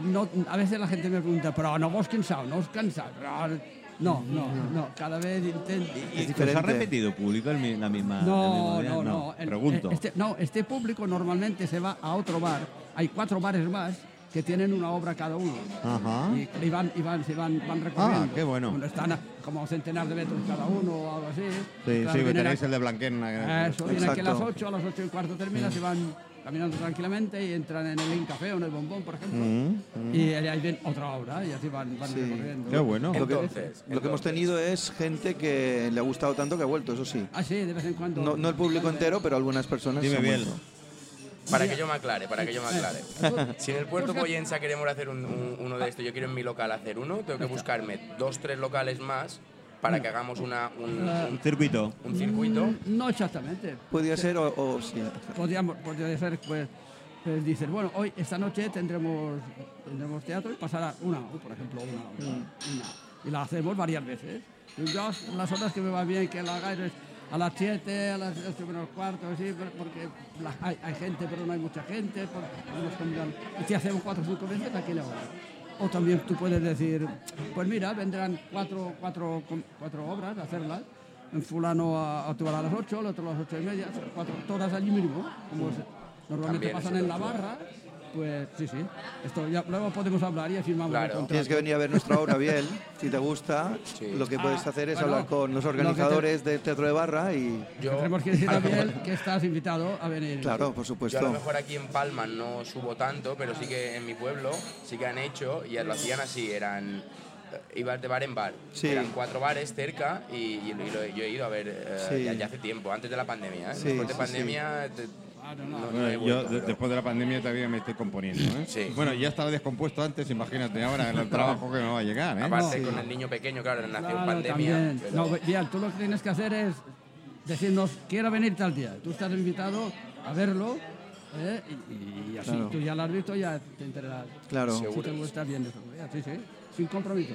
S2: no, a veces la gente me pregunta, pero no vos cansado, no os cansáis. No, no, no, cada vez intento...
S4: es
S5: ¿Os ha
S4: diferente.
S5: repetido público el mi- la
S2: Ah,
S5: misma? el mismo
S2: No,
S5: día?
S2: no, no. El-
S5: Pregunto.
S2: eh, Este, no, este público normalmente se va a otro bar. Hay cuatro bares más que tienen una obra cada uno.
S5: Ajá.
S2: Y, y van, y van, se van, van recorriendo.
S5: Ah, qué bueno.
S2: Están a- como a un centenar de metros cada uno o algo así.
S5: Sí,
S2: Claro,
S5: sí,
S2: vienen
S5: tenéis
S2: a-
S5: el de Blanquerna.
S2: Eso, vienen aquí a las
S4: Exacto.
S2: 8, a las 8 y cuarto termina, se van caminando tranquilamente y entran en el In Café o en el Bombón, por ejemplo. Y ahí ven otra obra y así van, van
S4: Sí.
S2: recorriendo.
S5: Mm, Qué bueno.
S4: lo que,
S3: Entonces,
S4: lo que hemos
S3: entonces.
S4: tenido es gente que le ha gustado tanto que ha vuelto, eso sí.
S2: Ah, sí, de vez en cuando.
S4: No, no el
S2: *laughs*
S4: público entero, pero algunas personas
S5: Dime,
S4: se han
S5: Biel.
S4: vuelto.
S3: Para que yo me aclare, para que yo
S1: *laughs*
S3: me aclare. Si en el puerto Poyensa queremos hacer un- un- uno de estos, yo quiero en mi local hacer uno, tengo que buscarme dos, tres locales más para que
S1: Mm.
S3: hagamos una, un, un-
S5: Circuito.
S3: un circuito.
S2: Mm, No exactamente,
S4: Podría ser o, o sí.
S2: podríamos, podría ser, pues, pues dicen, bueno, hoy, esta noche tendremos, tendremos teatro y pasará una, o, por ejemplo, una, obra, una. Y la hacemos varias veces. Y yo, las horas que me va bien que la hagáis es a las 7, a las 8 menos cuarto, así, pero- porque la- hay, hay gente, pero no hay mucha gente. por- vamos cambiando. y si hacemos cuatro o cinco veces, aquí la hora. O también tú puedes decir, pues mira, vendrán cuatro, cuatro, com- cuatro obras a hacerlas. En fulano a, a tu hora a las 8, el otro a las 8 y media, cuatro, todas allí mismo, como se- normalmente
S3: También
S2: pasan
S3: es
S2: en la
S3: otra opción.
S2: barra. Pues sí, sí. Esto ya luego podemos hablar y firmamos
S3: Claro.
S2: el contrato.
S4: Tienes que venir a ver
S2: *laughs*
S4: nuestra obra, Biel. Si te gusta,
S3: Sí.
S4: lo que puedes
S2: Ah,
S4: hacer es
S2: bueno,
S4: hablar con los
S2: lo que te-
S4: organizadores del Teatro de Barra y...
S3: Yo,
S2: Tenemos que decir a Biel que estás invitado a venir.
S4: Claro, por
S3: Yo a lo
S4: supuesto.
S3: mejor aquí en Palma no subo tanto, pero sí que en mi pueblo sí que han hecho y lo hacían así, eran eh, ibas de bar en bar.
S4: Sí.
S3: Eran cuatro bares cerca y, y lo- y lo- yo he ido a ver eh,
S4: Sí.
S3: ya, ya hace tiempo, antes de la pandemia. ¿eh?
S4: Sí,
S3: Después de
S4: sí,
S3: pandemia te- no- no he
S5: Bueno, yo
S3: vuelto,
S5: de-
S3: pero-
S5: después de la pandemia todavía me estoy componiendo. ¿eh?
S3: Sí.
S5: Bueno, ya estaba descompuesto antes, imagínate
S3: *laughs*
S5: ahora el trabajo que me va a llegar. ¿eh?
S3: Aparte con el niño pequeño, claro, nació en
S2: Claro,
S3: pandemia.
S2: también.
S3: pero-
S2: No, Biel, tú lo que tienes que hacer es decirnos, quiero venir tal día. Tú estás invitado a verlo ¿eh? y, y así
S4: Claro.
S2: tú ya lo has visto, ya te enterarás.
S4: Claro.
S2: Si te gusta bien eso. Sí, sí. Sin compromiso.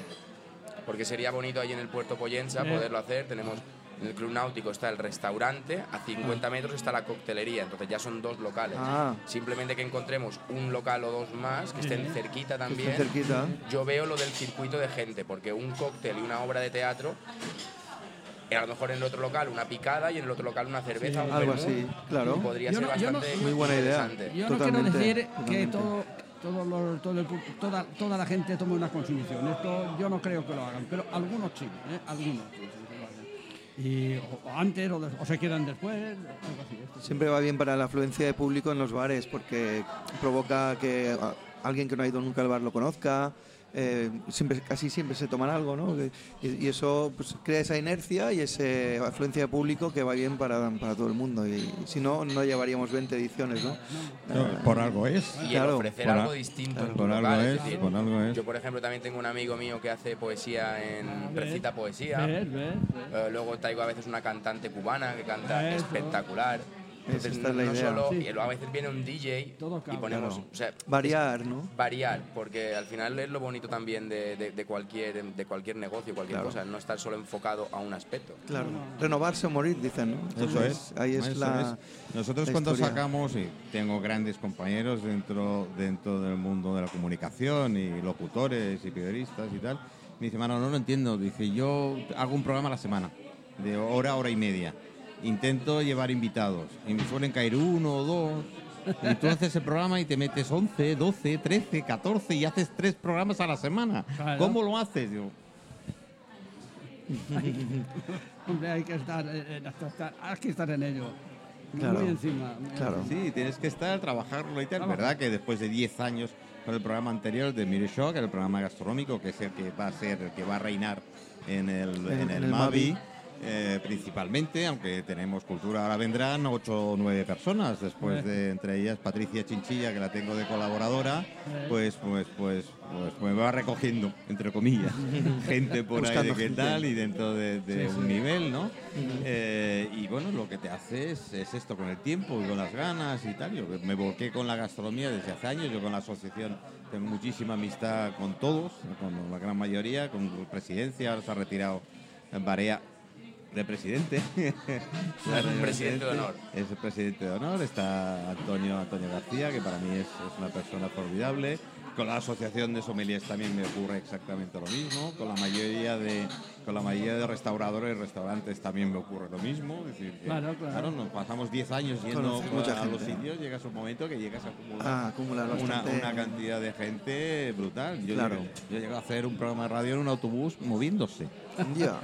S3: porque sería bonito allí en el puerto
S4: Eh.
S3: Poyensa poderlo hacer. Tenemos en el Club Náutico está el restaurante, a 50 metros está la coctelería, entonces ya son dos locales.
S4: Ah.
S3: Simplemente que encontremos un local o dos más que estén cerquita también.
S4: Cerquita.
S3: Yo veo lo del circuito de gente, porque un cóctel y una obra de teatro, eh, a lo mejor en el otro local una picada y en el otro local una cerveza o un
S4: Algo
S3: vermú,
S4: así, claro.
S3: y Podría
S2: Yo
S3: ser
S2: no- yo no-
S3: bastante
S4: Muy buena idea.
S3: interesante.
S2: Yo no
S4: Totalmente,
S2: quiero decir que
S4: totalmente.
S2: todo, todo lo- todo el pu- toda, toda la gente tome una consumición. Esto yo no creo que lo hagan, pero algunos sí, ¿eh? algunos. sí, sí que lo hagan. Y o, o antes o, des- o se quedan después, algo así. esto sí.
S4: Siempre va bien para la afluencia de público en los bares porque provoca que a- alguien que no ha ido nunca al bar lo conozca. eh, siempre, casi siempre se toman algo, ¿no? Que- Y, y eso pues, crea esa inercia y esa afluencia de público que va bien para, para todo el mundo. Y, si no, no llevaríamos 20 ediciones, ¿no?
S5: No, por algo es.
S3: y
S4: Claro,
S3: el ofrecer
S5: por
S3: algo
S5: a-
S3: distinto en
S5: Por
S3: tus
S5: algo
S3: locales,
S5: es,
S3: es decir,
S5: por algo
S4: ¿Eh?
S5: es.
S3: Yo, por ejemplo, también tengo un amigo mío que hace poesía
S2: Ah,
S3: en recita poesía.
S2: ¿Ves? ¿Ves? ¿Ves?
S3: Eh, luego traigo a veces una cantante cubana que canta
S2: Eso.
S3: espectacular.
S4: Esa
S3: Entonces, no,
S4: esta es la
S3: no
S4: idea.
S3: solo,
S2: Sí.
S3: y luego a veces viene un DJ
S2: Todo
S3: y
S2: cambia.
S3: ponemos, o sea,
S4: Variar, ¿no?
S3: variar, porque al final es lo bonito también de, de- de cualquier, de cualquier negocio, cualquier cosa, no estar solo enfocado a un aspecto.
S4: Claro. Renovarse o morir, dicen, ¿no?
S1: Eso
S4: Entonces,
S1: es.
S4: Ahí es
S1: Eso
S4: la.
S1: es. Nosotros
S4: la
S1: cuando
S4: historia.
S1: sacamos, y tengo grandes compañeros dentro, dentro del mundo de la comunicación, y locutores y periodistas y tal, me dice, mano, no lo entiendo. Dice, yo hago un programa a la semana, de hora, hora y media. Intento llevar invitados. Y me suelen caer uno o dos. Y tú haces el programa y te metes 11, 12, 13, 14 y haces tres programas a la semana.
S2: Claro.
S1: ¿Cómo lo haces? Digo,
S2: Hombre, hay que estar, eh, eh, hasta- hasta- hay que estar en ello.
S4: Claro.
S2: Muy encima. muy
S4: Claro.
S2: encima.
S1: Sí, tienes que estar, trabajarlo y tal.
S2: Trabajar.
S1: verdad que después de 10 años con el programa anterior de Mire Show, que era el programa gastronómico, que es el que va a ser, el que va a reinar en el, en, el, Mavi, eh, principalmente, aunque tenemos cultura, ahora vendrán 8 o 9 personas, después de, entre ellas Patricia Chinchilla, que la tengo de colaboradora, pues, pues, pues, pues, pues me va recogiendo, entre *laughs* comillas, gente por ahí
S4: Buscando
S1: de qué
S4: gente.
S1: tal y dentro de, de un nivel, ¿no? Eh, y bueno, lo que te hace es, es esto con el tiempo y con las ganas y tal. Yo me volqué con la gastronomía desde hace años, yo con la asociación tengo muchísima amistad con todos, con la gran mayoría, con presidencia, ahora se ha retirado Barea de presidente. *laughs*
S3: Claro, el presidente de honor.
S1: Es el presidente de honor, está Antonio, Antonio García, que para mí es, es una persona formidable. Con la asociación de sommeliers también me ocurre exactamente lo mismo. Con la mayoría de, con la mayoría de restauradores y restaurantes también me ocurre lo mismo. Es decir, que,
S2: Claro, claro.
S1: nos pasamos 10 años yendo
S4: Conoces mucha
S1: a, los
S4: gente, ¿no?
S1: sitios, llegas a un momento que llegas a acumular,
S4: Ah, acumular
S1: una,
S4: bastante.
S1: una cantidad de gente brutal. Yo,
S4: Claro.
S1: llego, yo llego a hacer un programa de radio en un autobús moviéndose.
S4: Ya.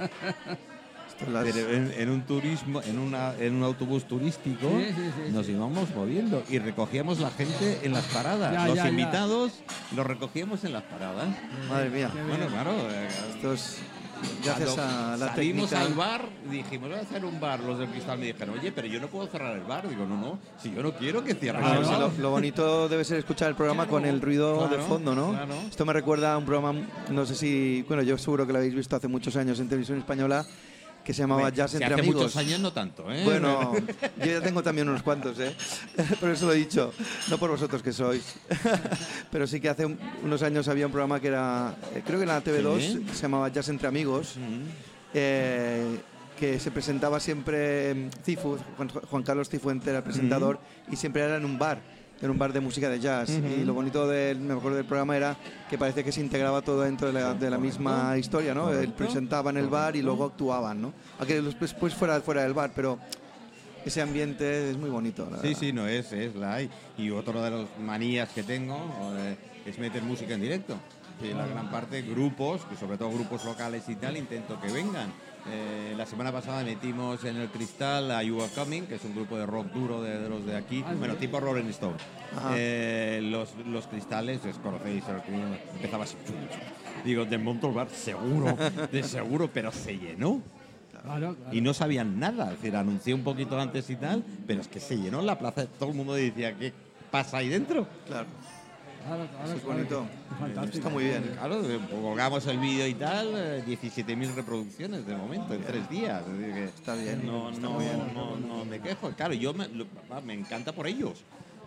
S4: Esto las-
S1: Pero eh, en, en un turismo, en, una, en un autobús turístico,
S2: Sí, sí, sí,
S1: nos
S2: sí.
S1: íbamos moviendo y recogíamos la gente en las paradas.
S2: Ya,
S1: los
S2: ya, ya.
S1: invitados los recogíamos en las paradas.
S4: Madre mía.
S2: Qué
S1: Bueno,
S2: bien.
S1: claro. eh,
S4: Esto es. Gracias
S1: cuando
S4: a la
S1: salimos
S4: técnica.
S1: al bar y dijimos, voy a hacer un bar. Los del cristal me dijeron, oye, pero yo no puedo cerrar el bar. Digo, no, no, si yo no quiero que cierren
S4: Claro,
S1: el
S4: sí,
S1: bar.
S4: Ah, lo, lo bonito debe ser escuchar el programa
S1: Claro,
S4: con el ruido de
S1: claro,
S4: fondo, ¿no?
S1: claro.
S4: Esto me recuerda a un programa, no sé si, bueno, yo seguro que lo habéis visto hace muchos años en televisión española, que se llamaba
S1: Si
S4: Jazz entre
S1: hace
S4: amigos.
S1: muchos años no tanto, ¿eh? *laughs*
S4: Bueno, yo ya tengo también unos cuantos, ¿eh? *laughs* Por eso lo he dicho, no por vosotros que sois. *laughs* Pero sí que hace un- unos años había un programa que era, eh, creo que era la TV2,
S1: Sí.
S4: que se llamaba Jazz entre amigos, eh, que se presentaba siempre mm, Cifu, Juan, Juan Carlos Cifuente era el presentador, y siempre era en un bar, en un bar de música de jazz. Y lo bonito del, me acuerdo del programa era que parecía que se integraba todo dentro de la, de la misma historia, ¿no? Él presentaba en el bar y luego actuaban, ¿no? Aunque después fuera, fuera del bar, pero ese ambiente es muy bonito, la
S1: Sí,
S4: verdad.
S1: sí, no es, es la hay. Y otra de las manías que tengo eh, es meter música en directo. Y la gran parte, grupos, que sobre todo grupos locales y tal, intento que vengan. Eh, la semana pasada metimos en el cristal a You Are Coming, que es un grupo de rock duro de, de los de aquí,
S2: Ah, sí.
S1: bueno, tipo Rolling Stone.
S4: Ajá.
S1: Eh, los, los cristales, os conocéis, el que empezaba así. chum, chum. Digo, de Montreal Bar, seguro, de seguro, pero se llenó.
S2: Claro, claro.
S1: Y no sabían nada, es decir, anuncié un poquito antes y tal, pero es que se llenó la plaza, todo el mundo decía, ¿qué pasa ahí dentro?
S4: Claro.
S2: Claro, claro,
S4: Eso es
S2: claro.
S4: bonito.
S2: Fantástico.
S4: Está muy bien.
S1: Claro, eh, colgamos el vídeo y tal, eh, 17.000 reproducciones de momento, en tres días. es decir que
S4: Está bien,
S1: No,
S4: está
S1: no,
S4: muy bien.
S1: no, no me quejo, claro, yo me, lo- va, me encanta por ellos.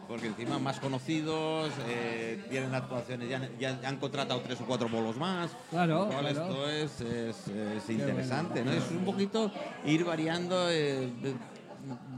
S1: Porque encima más conocidos, eh, tienen actuaciones, ya, han- ya han contratado tres o cuatro bolos más.
S2: Claro,
S1: Con lo cual
S2: claro.
S1: Esto es, es- es
S2: bueno.
S1: interesante, ¿no? Es un poquito ir variando, eh, de-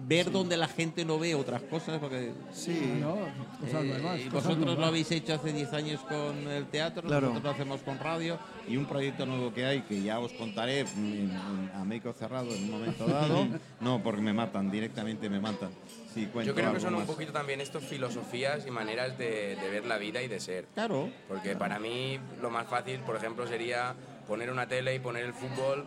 S1: ver donde la gente no ve otras cosas, porque
S4: Sí.
S2: Claro, cosas
S1: eh,
S2: nuevas,
S1: y
S2: cosas
S1: vosotros lo
S2: nuevas.
S1: habéis hecho hace 10 años con el teatro,
S4: Claro.
S1: nosotros lo hacemos con radio y un proyecto nuevo que hay que ya os contaré mm, en- a México cerrado en un momento
S2: *laughs*
S1: dado. no, porque me matan, directamente me matan. Sí, cuento
S3: Yo creo
S1: algo
S3: que son un
S1: más.
S3: poquito también estos filosofías y maneras de, de ver la vida y de ser.
S1: Claro,
S3: Porque para mí lo más fácil, por ejemplo, sería poner una tele y poner el fútbol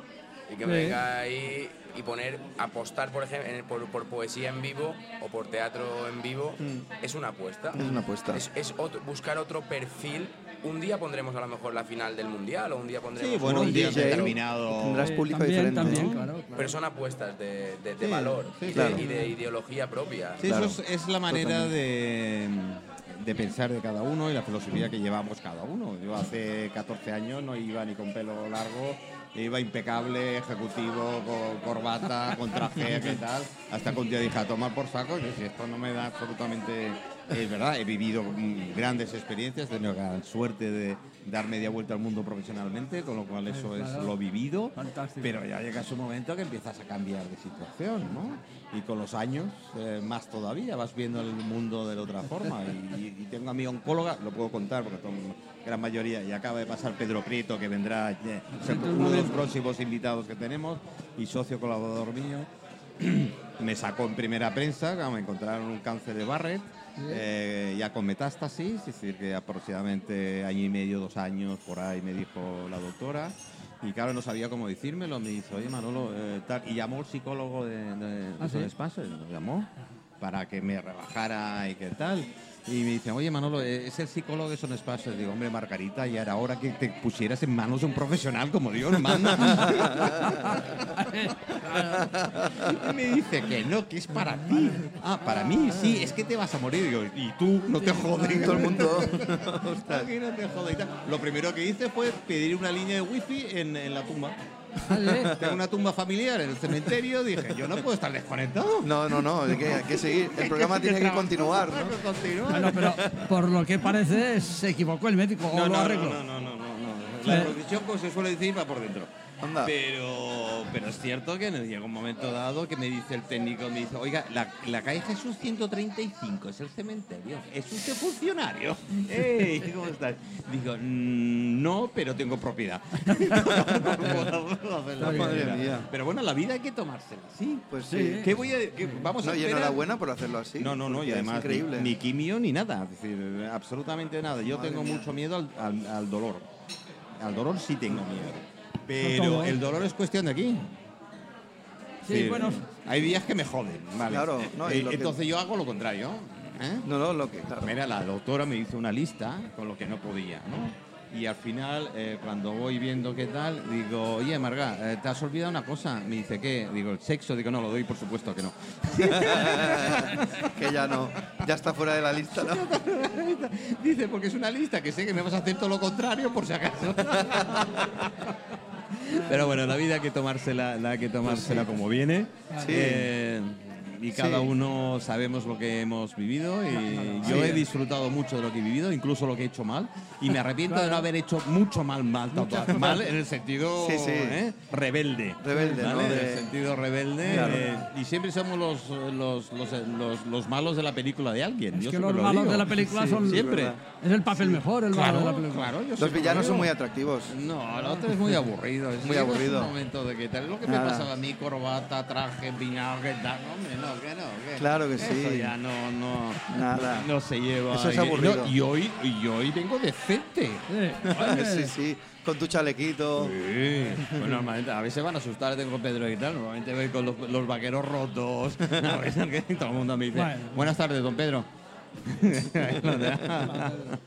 S3: y que me
S2: Sí.
S3: venga ahí y poner, apostar, por ejemplo, en- por, por poesía en vivo o por teatro en vivo, es una apuesta.
S4: Es una apuesta.
S3: Es, es otro- buscar otro perfil. Un día pondremos a lo mejor la final del mundial o un día pondremos.
S1: Sí, bueno,
S4: un
S1: un día
S4: DJ,
S1: determinado.
S4: tendrás
S2: Eh,
S4: público
S2: también,
S4: diferente,
S2: También,
S4: ¿no?
S2: claro, claro.
S3: Pero son apuestas de, de- de
S1: Sí,
S3: valor
S1: sí,
S3: y, de,
S1: claro.
S3: y de ideología propia.
S1: Sí,
S4: Claro,
S1: eso es, es la manera de, mm, de pensar de cada uno y la filosofía que llevamos cada uno. Yo hace 14 años no iba ni con pelo largo, iba impecable, ejecutivo, con corbata, con traje, qué tal. Hasta que un día dije, a tomar por saco, yo si esto no me da absolutamente... Es verdad, he vivido mm, grandes experiencias, he tenido la suerte de dar media vuelta al mundo profesionalmente, con lo cual eso es lo vivido.
S2: Fantástico.
S1: Pero ya llegas un momento que empiezas a cambiar de situación, ¿no? Y con los años, eh, más todavía, vas viendo el mundo de la otra forma. Y, y tengo a mi oncóloga, lo puedo contar porque todo, gran mayoría, y acaba de pasar Pedro Prieto, que vendrá, eh, ser uno de los próximos invitados que tenemos, y socio colaborador mío. Me sacó en primera prensa, claro, me encontraron un cáncer de Barrett, eh, ya con metástasis, es decir, que aproximadamente año y medio, dos años, por ahí me dijo la doctora. Y claro, no sabía cómo decírmelo, me dice, oye Manolo, eh, tal", y llamó el psicólogo de, de,
S2: Ah,
S1: de
S2: ¿sí?
S1: Sodexpansa, lo llamó para que me rebajara y qué tal. Y me dice, oye Manolo, eh, es el psicólogo de Son Espacios. Digo, hombre, Margarita, ya era hora que te pusieras en manos de un profesional como Dios
S2: *laughs*
S1: manda. Y me dice que no, que es para ti. Ah, para mí, sí, es que te vas a morir. Digo, y tú no te jodes.
S4: *laughs* Todo el mundo.
S1: Aquí no te jodas y tal. Lo primero que hice fue pedir una línea de wifi en, en la tumba. Tengo una tumba familiar en el cementerio. Dije, yo no puedo estar desconectado.
S4: No, no, no, hay que, hay que seguir.
S1: *laughs*
S4: El programa tiene que continuar, ¿no?
S1: Continúa.
S2: Bueno, Ah, pero por lo que parece, se equivocó el médico o lo arregló.
S1: No, no, no, no, no.
S2: Eh.
S1: La producción, como se suele decir, va por dentro.
S4: Anda.
S1: Pero, pero es cierto que llega un momento dado que me dice el técnico, me dice, oiga, la, la calle Jesús 135 es el cementerio, es usted funcionario. Ey, ¿cómo estás? Digo, "Mm, no, pero tengo propiedad. *laughs* No puedo hacer la
S2: Madre
S1: propiedad.
S4: mía.
S1: Pero bueno, la vida hay que tomársela, sí.
S4: Pues
S2: ¿eh?
S4: sí.
S1: ¿Qué voy a, qué- vamos
S4: No,
S1: a
S4: y
S1: esperar?
S4: enhorabuena por hacerlo así.
S1: No, no, no,
S4: porque
S1: y además
S4: Es increíble.
S1: Ni, ni quimio ni nada, es decir, absolutamente nada. Yo
S4: Madre
S1: tengo
S4: mía.
S1: mucho miedo al, al- al dolor. Al dolor sí tengo miedo. Pero
S2: todo. ¿eh?
S1: el dolor es cuestión de aquí.
S2: Sí,
S1: Es decir,
S2: bueno,
S1: Hay días que me joden, ¿vale?
S4: Claro, no, y
S1: Eh,
S4: lo que-
S1: entonces yo hago lo contrario. ¿eh?
S4: No, no, lo que. claro.
S1: Mira, la doctora me hizo una lista con lo que no podía, ¿no? Y al final, eh, cuando voy viendo qué tal, digo, oye, Marga, eh, ¿te has olvidado una cosa? Me dice, ¿qué? Digo, el sexo. Digo, no, lo doy, por supuesto que no.
S4: que ya no. Ya está fuera de la lista, ¿no?
S1: *laughs* Dice, porque es una lista que sé que me vas a hacer todo lo contrario por si acaso. *laughs* Pero bueno, la vida hay que tomársela, la hay que tomársela como viene.
S4: Sí.
S1: Eh, y cada
S4: Sí.
S1: uno sabemos lo que hemos vivido y yo
S4: Sí.
S1: he disfrutado mucho de lo que he vivido, incluso lo que he hecho mal. Y me arrepiento de no
S2: Claro.
S1: haber hecho mucho mal, mal, tatuaje. mal en el sentido
S4: Sí, sí.
S1: ¿eh? rebelde.
S4: Rebelde, ¿no?
S1: ¿vale? En
S4: De-
S1: el sentido rebelde.
S4: Claro.
S1: eh, y siempre somos los, los, los, los- los malos de la película de alguien.
S2: es
S1: Yo
S2: que
S1: siempre
S2: los
S1: lo
S2: malos
S1: digo.
S2: de la película
S4: Sí,
S2: son.
S4: sí,
S1: Siempre.
S4: verdad.
S2: Es el papel mejor, el malo
S1: Claro,
S2: de la película.
S1: claro, yo
S4: Los
S1: siempre
S4: villanos
S1: lo
S4: son muy
S1: digo.
S4: atractivos.
S1: No, el otro es muy aburrido. Es
S4: *laughs* Muy
S1: es
S4: aburrido.
S1: un momento de que tal. Lo que me
S4: Nada.
S1: pasaba a mí, corbata, traje, piñado, que tal. No, Hombre, no, que no. que-
S4: Claro que
S1: Eso
S4: sí.
S1: ya no, no,
S4: Nada.
S1: no se lleva.
S4: Eso es
S1: Y- no,
S4: aburrido.
S1: y, hoy, y hoy vengo decente. *laughs*
S2: Eh,
S4: Sí, sí. Con tu chalequito.
S1: Pues normalmente, a veces van a asustar, tengo Pedro y tal. Normalmente voy con los, los vaqueros rotos. *laughs* A veces que todo el mundo me dice,
S2: Bueno.
S1: buenas tardes, don Pedro. *laughs*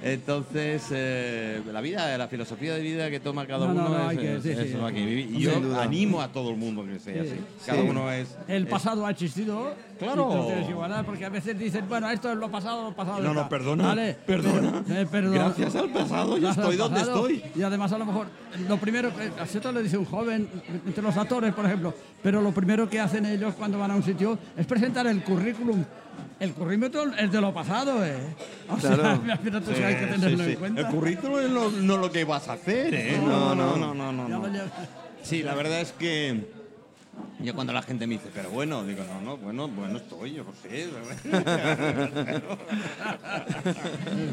S1: Entonces, eh, la vida, la filosofía de vida que toma cada
S2: No, no,
S1: uno
S2: no, hay
S1: es,
S2: que-
S1: es-
S2: sí,
S1: es
S2: sí.
S1: lo que vive. Y
S4: Sin
S1: yo
S4: duda.
S1: animo a todo el mundo que sea
S2: Sí.
S1: así. Cada
S4: Sí.
S1: uno es...
S2: El
S1: es-
S2: pasado ha existido.
S1: Claro.
S2: y tú tienes igualdad, porque a veces dicen, bueno, esto es lo pasado, lo pasado.
S1: No,
S2: ya".
S1: no, perdona,
S2: Vale,
S1: perdona.
S2: pero- eh, perdona.
S1: Gracias al pasado yo
S2: Gracias al
S1: estoy donde
S2: pasado.
S1: estoy.
S2: Y además, a lo mejor, lo primero, que- a esto lo dice un joven, entre los actores, por ejemplo, pero lo primero que hacen ellos cuando van a un sitio es presentar el currículum. El currículum es de lo pasado, ¿eh? O *laughs*
S4: Claro.
S2: sea, fíjate tú si hay que
S1: Sí,
S2: tenerlo
S1: sí.
S2: en cuenta.
S1: El currículum es lo- no lo que vas a hacer, ¿eh?
S4: No,
S1: no, no, no,
S2: Ya
S1: no.
S2: lo llevo-
S1: Sí, la verdad es que yo cuando la gente me dice, pero bueno, digo, no, no, bueno, bueno estoy, yo no sé. *laughs*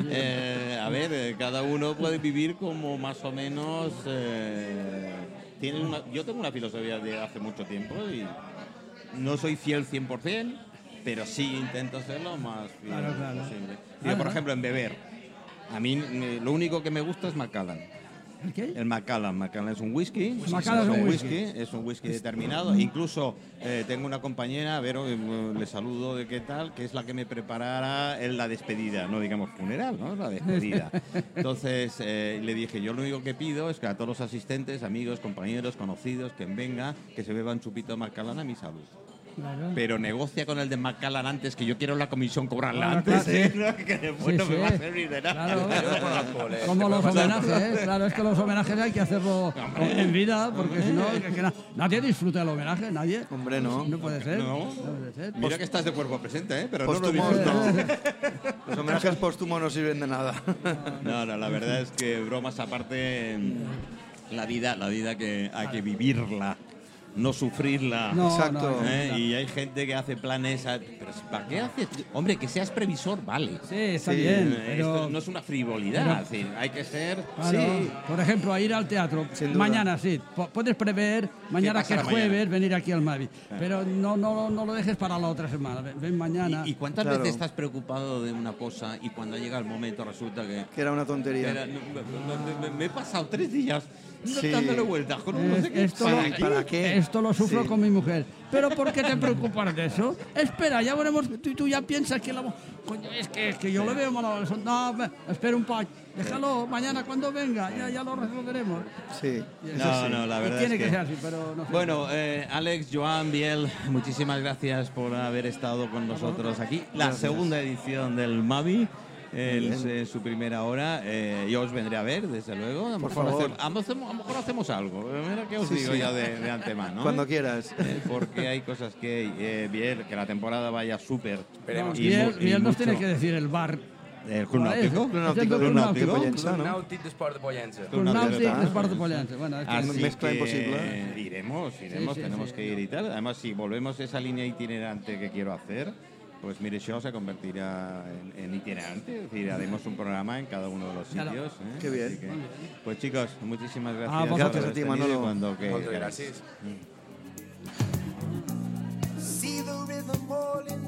S1: Eh, a ver, eh, cada uno puede vivir como más o menos... eh, tiene una- yo tengo una filosofía de hace mucho tiempo y no soy fiel 100%, pero sí intento ser lo más fiel
S2: Claro, claro.
S1: posible. Digo,
S2: Claro.
S1: por ejemplo, en beber. A mí eh, lo único que me gusta es Macallan.
S2: ¿El qué?
S1: El Macallan. Macallan es un whisky.
S2: Macallan es un
S1: Es un whisky determinado. E Incluso eh, tengo una compañera, Vero, eh, le saludo de qué tal, que es la que me preparara en la despedida. No digamos funeral, ¿no? La
S2: *laughs*
S1: despedida. Entonces eh, le dije, yo lo único que pido es que a todos los asistentes, amigos, compañeros, conocidos, quien venga, que se beba un chupito de Macallan a mi salud.
S2: Claro.
S1: Pero negocia con el de Macallan antes, que yo quiero la comisión cobrarla
S2: Claro,
S1: antes,
S2: claro,
S1: ¿eh? *laughs* que después
S2: Sí,
S1: no me
S2: sí.
S1: va a servir de nada. *laughs*
S2: Claro.
S3: Yo conozco, le-
S2: Como
S3: te puedo
S2: los
S3: pasar.
S2: homenajes, ¿eh? claro, es que los homenajes hay que hacerlo en vida, porque si no, que- que na- nadie disfruta el homenaje, nadie.
S4: Hombre, no.
S2: No puede ser.
S1: No.
S2: puede ser. Pues,
S1: Mira que estás de cuerpo presente, ¿eh? Pero no lo
S4: Póstumos
S1: disfrutas.
S2: *laughs*
S4: no. Los homenajes póstumos no sirven de nada. *laughs*
S1: No, no, la verdad es que bromas aparte, mm, la vida, la vida que hay que vivirla, no sufrirla.
S2: No,
S4: Exacto.
S2: no, no, no.
S1: ¿eh? Y hay gente que hace planes. a- Pero si- ¿Para qué haces? Hombre, que seas previsor, vale.
S2: Sí, está
S4: Sí,
S2: bien.
S1: Eh,
S2: pero- Ah,
S1: Esto no es una frivolidad, es decir, hay que ser.
S2: Claro.
S1: Sí.
S2: Por ejemplo, a ir al teatro.
S4: Sin duda.
S2: Mañana sí. P- Puedes prever mañana que
S1: pasará
S2: es
S1: mañana? Ah.
S2: jueves venir aquí al Mavi. Pero no, no, no lo dejes para la otra semana. Ven, ven mañana.
S1: ¿Y, y cuántas
S4: Claro.
S1: veces estás preocupado de una cosa y cuando llega el momento resulta que.
S4: Que era una tontería.
S1: Era- no, no, no, me, me he pasado tres días
S4: Sí.
S1: dándole vueltas con un no
S2: Es-
S1: sé qué.
S2: esto,
S4: ¿Para
S2: lo,
S4: qué? ¿Para qué?
S2: esto lo sufro
S4: Sí.
S2: con mi mujer. ¿Pero por qué te preocupas de eso? Espera, ya veremos. Tú, tú ya piensas que la. mo- Coño, es que, es que yo lo veo malo. eso- No, ve, espera un poco. Déjalo mañana cuando venga. Ya, ya lo resolveremos.
S4: Sí.
S2: Y
S4: eso
S1: No,
S4: sí.
S1: no, la
S2: Y
S1: verdad
S2: tiene
S1: es
S2: que,
S1: que
S2: ser así, pero no sé.
S1: Bueno, eh, Alex, Joan, Biel, muchísimas gracias por haber estado con nosotros aquí. La segunda edición del Mavi. el- eh, su primera hora, Eh, yo os vendré a ver, desde luego. A lo
S4: Por
S1: mejor
S4: favor.
S1: hace- a lo hacemos- a lo mejor hacemos algo. Eh, Mira que os
S4: Sí,
S1: digo
S4: sí.
S1: ya de, de antemano.
S4: Cuando quieras.
S1: Eh, porque hay cosas que, eh, Biel, que la temporada vaya súper.
S3: Esperemos.
S2: y, él,
S1: mu- y
S2: y él nos
S1: mucho. Eh,
S2: tiene que decir el bar.
S1: El Club
S2: ¿Cuál
S1: Náutico.
S2: es? El Club Pues
S4: Náutico,
S1: Club
S4: Club Náutico,
S1: Náutico.
S4: Poyensa, ¿no?
S3: Nautic de Sport de Pollença.
S1: Club
S2: Con
S1: Náutico,
S2: Náutic
S1: ¿verdad?
S2: es parte poliante. Bueno, es que-
S1: Así
S4: Mezcla
S1: que
S4: imposible.
S1: Iremos, iremos,
S2: Sí, sí,
S1: tenemos
S2: sí,
S1: que ir y tal. Además, si volvemos a esa línea itinerante que quiero hacer, pues Mire Show se convertirá en, en itinerante. Es decir, haremos un programa en cada uno de los
S2: Claro. Ah,
S1: sitios. ¿eh?
S4: Qué bien.
S1: Así que, pues chicos, muchísimas gracias.
S2: vosotros.
S1: por
S4: Gracias a
S1: haber
S4: ti,
S1: venido y
S4: Manolo.
S1: Cuando que,
S3: Moltes
S1: queráis.
S3: gràcies.
S7: See the rhythm rolling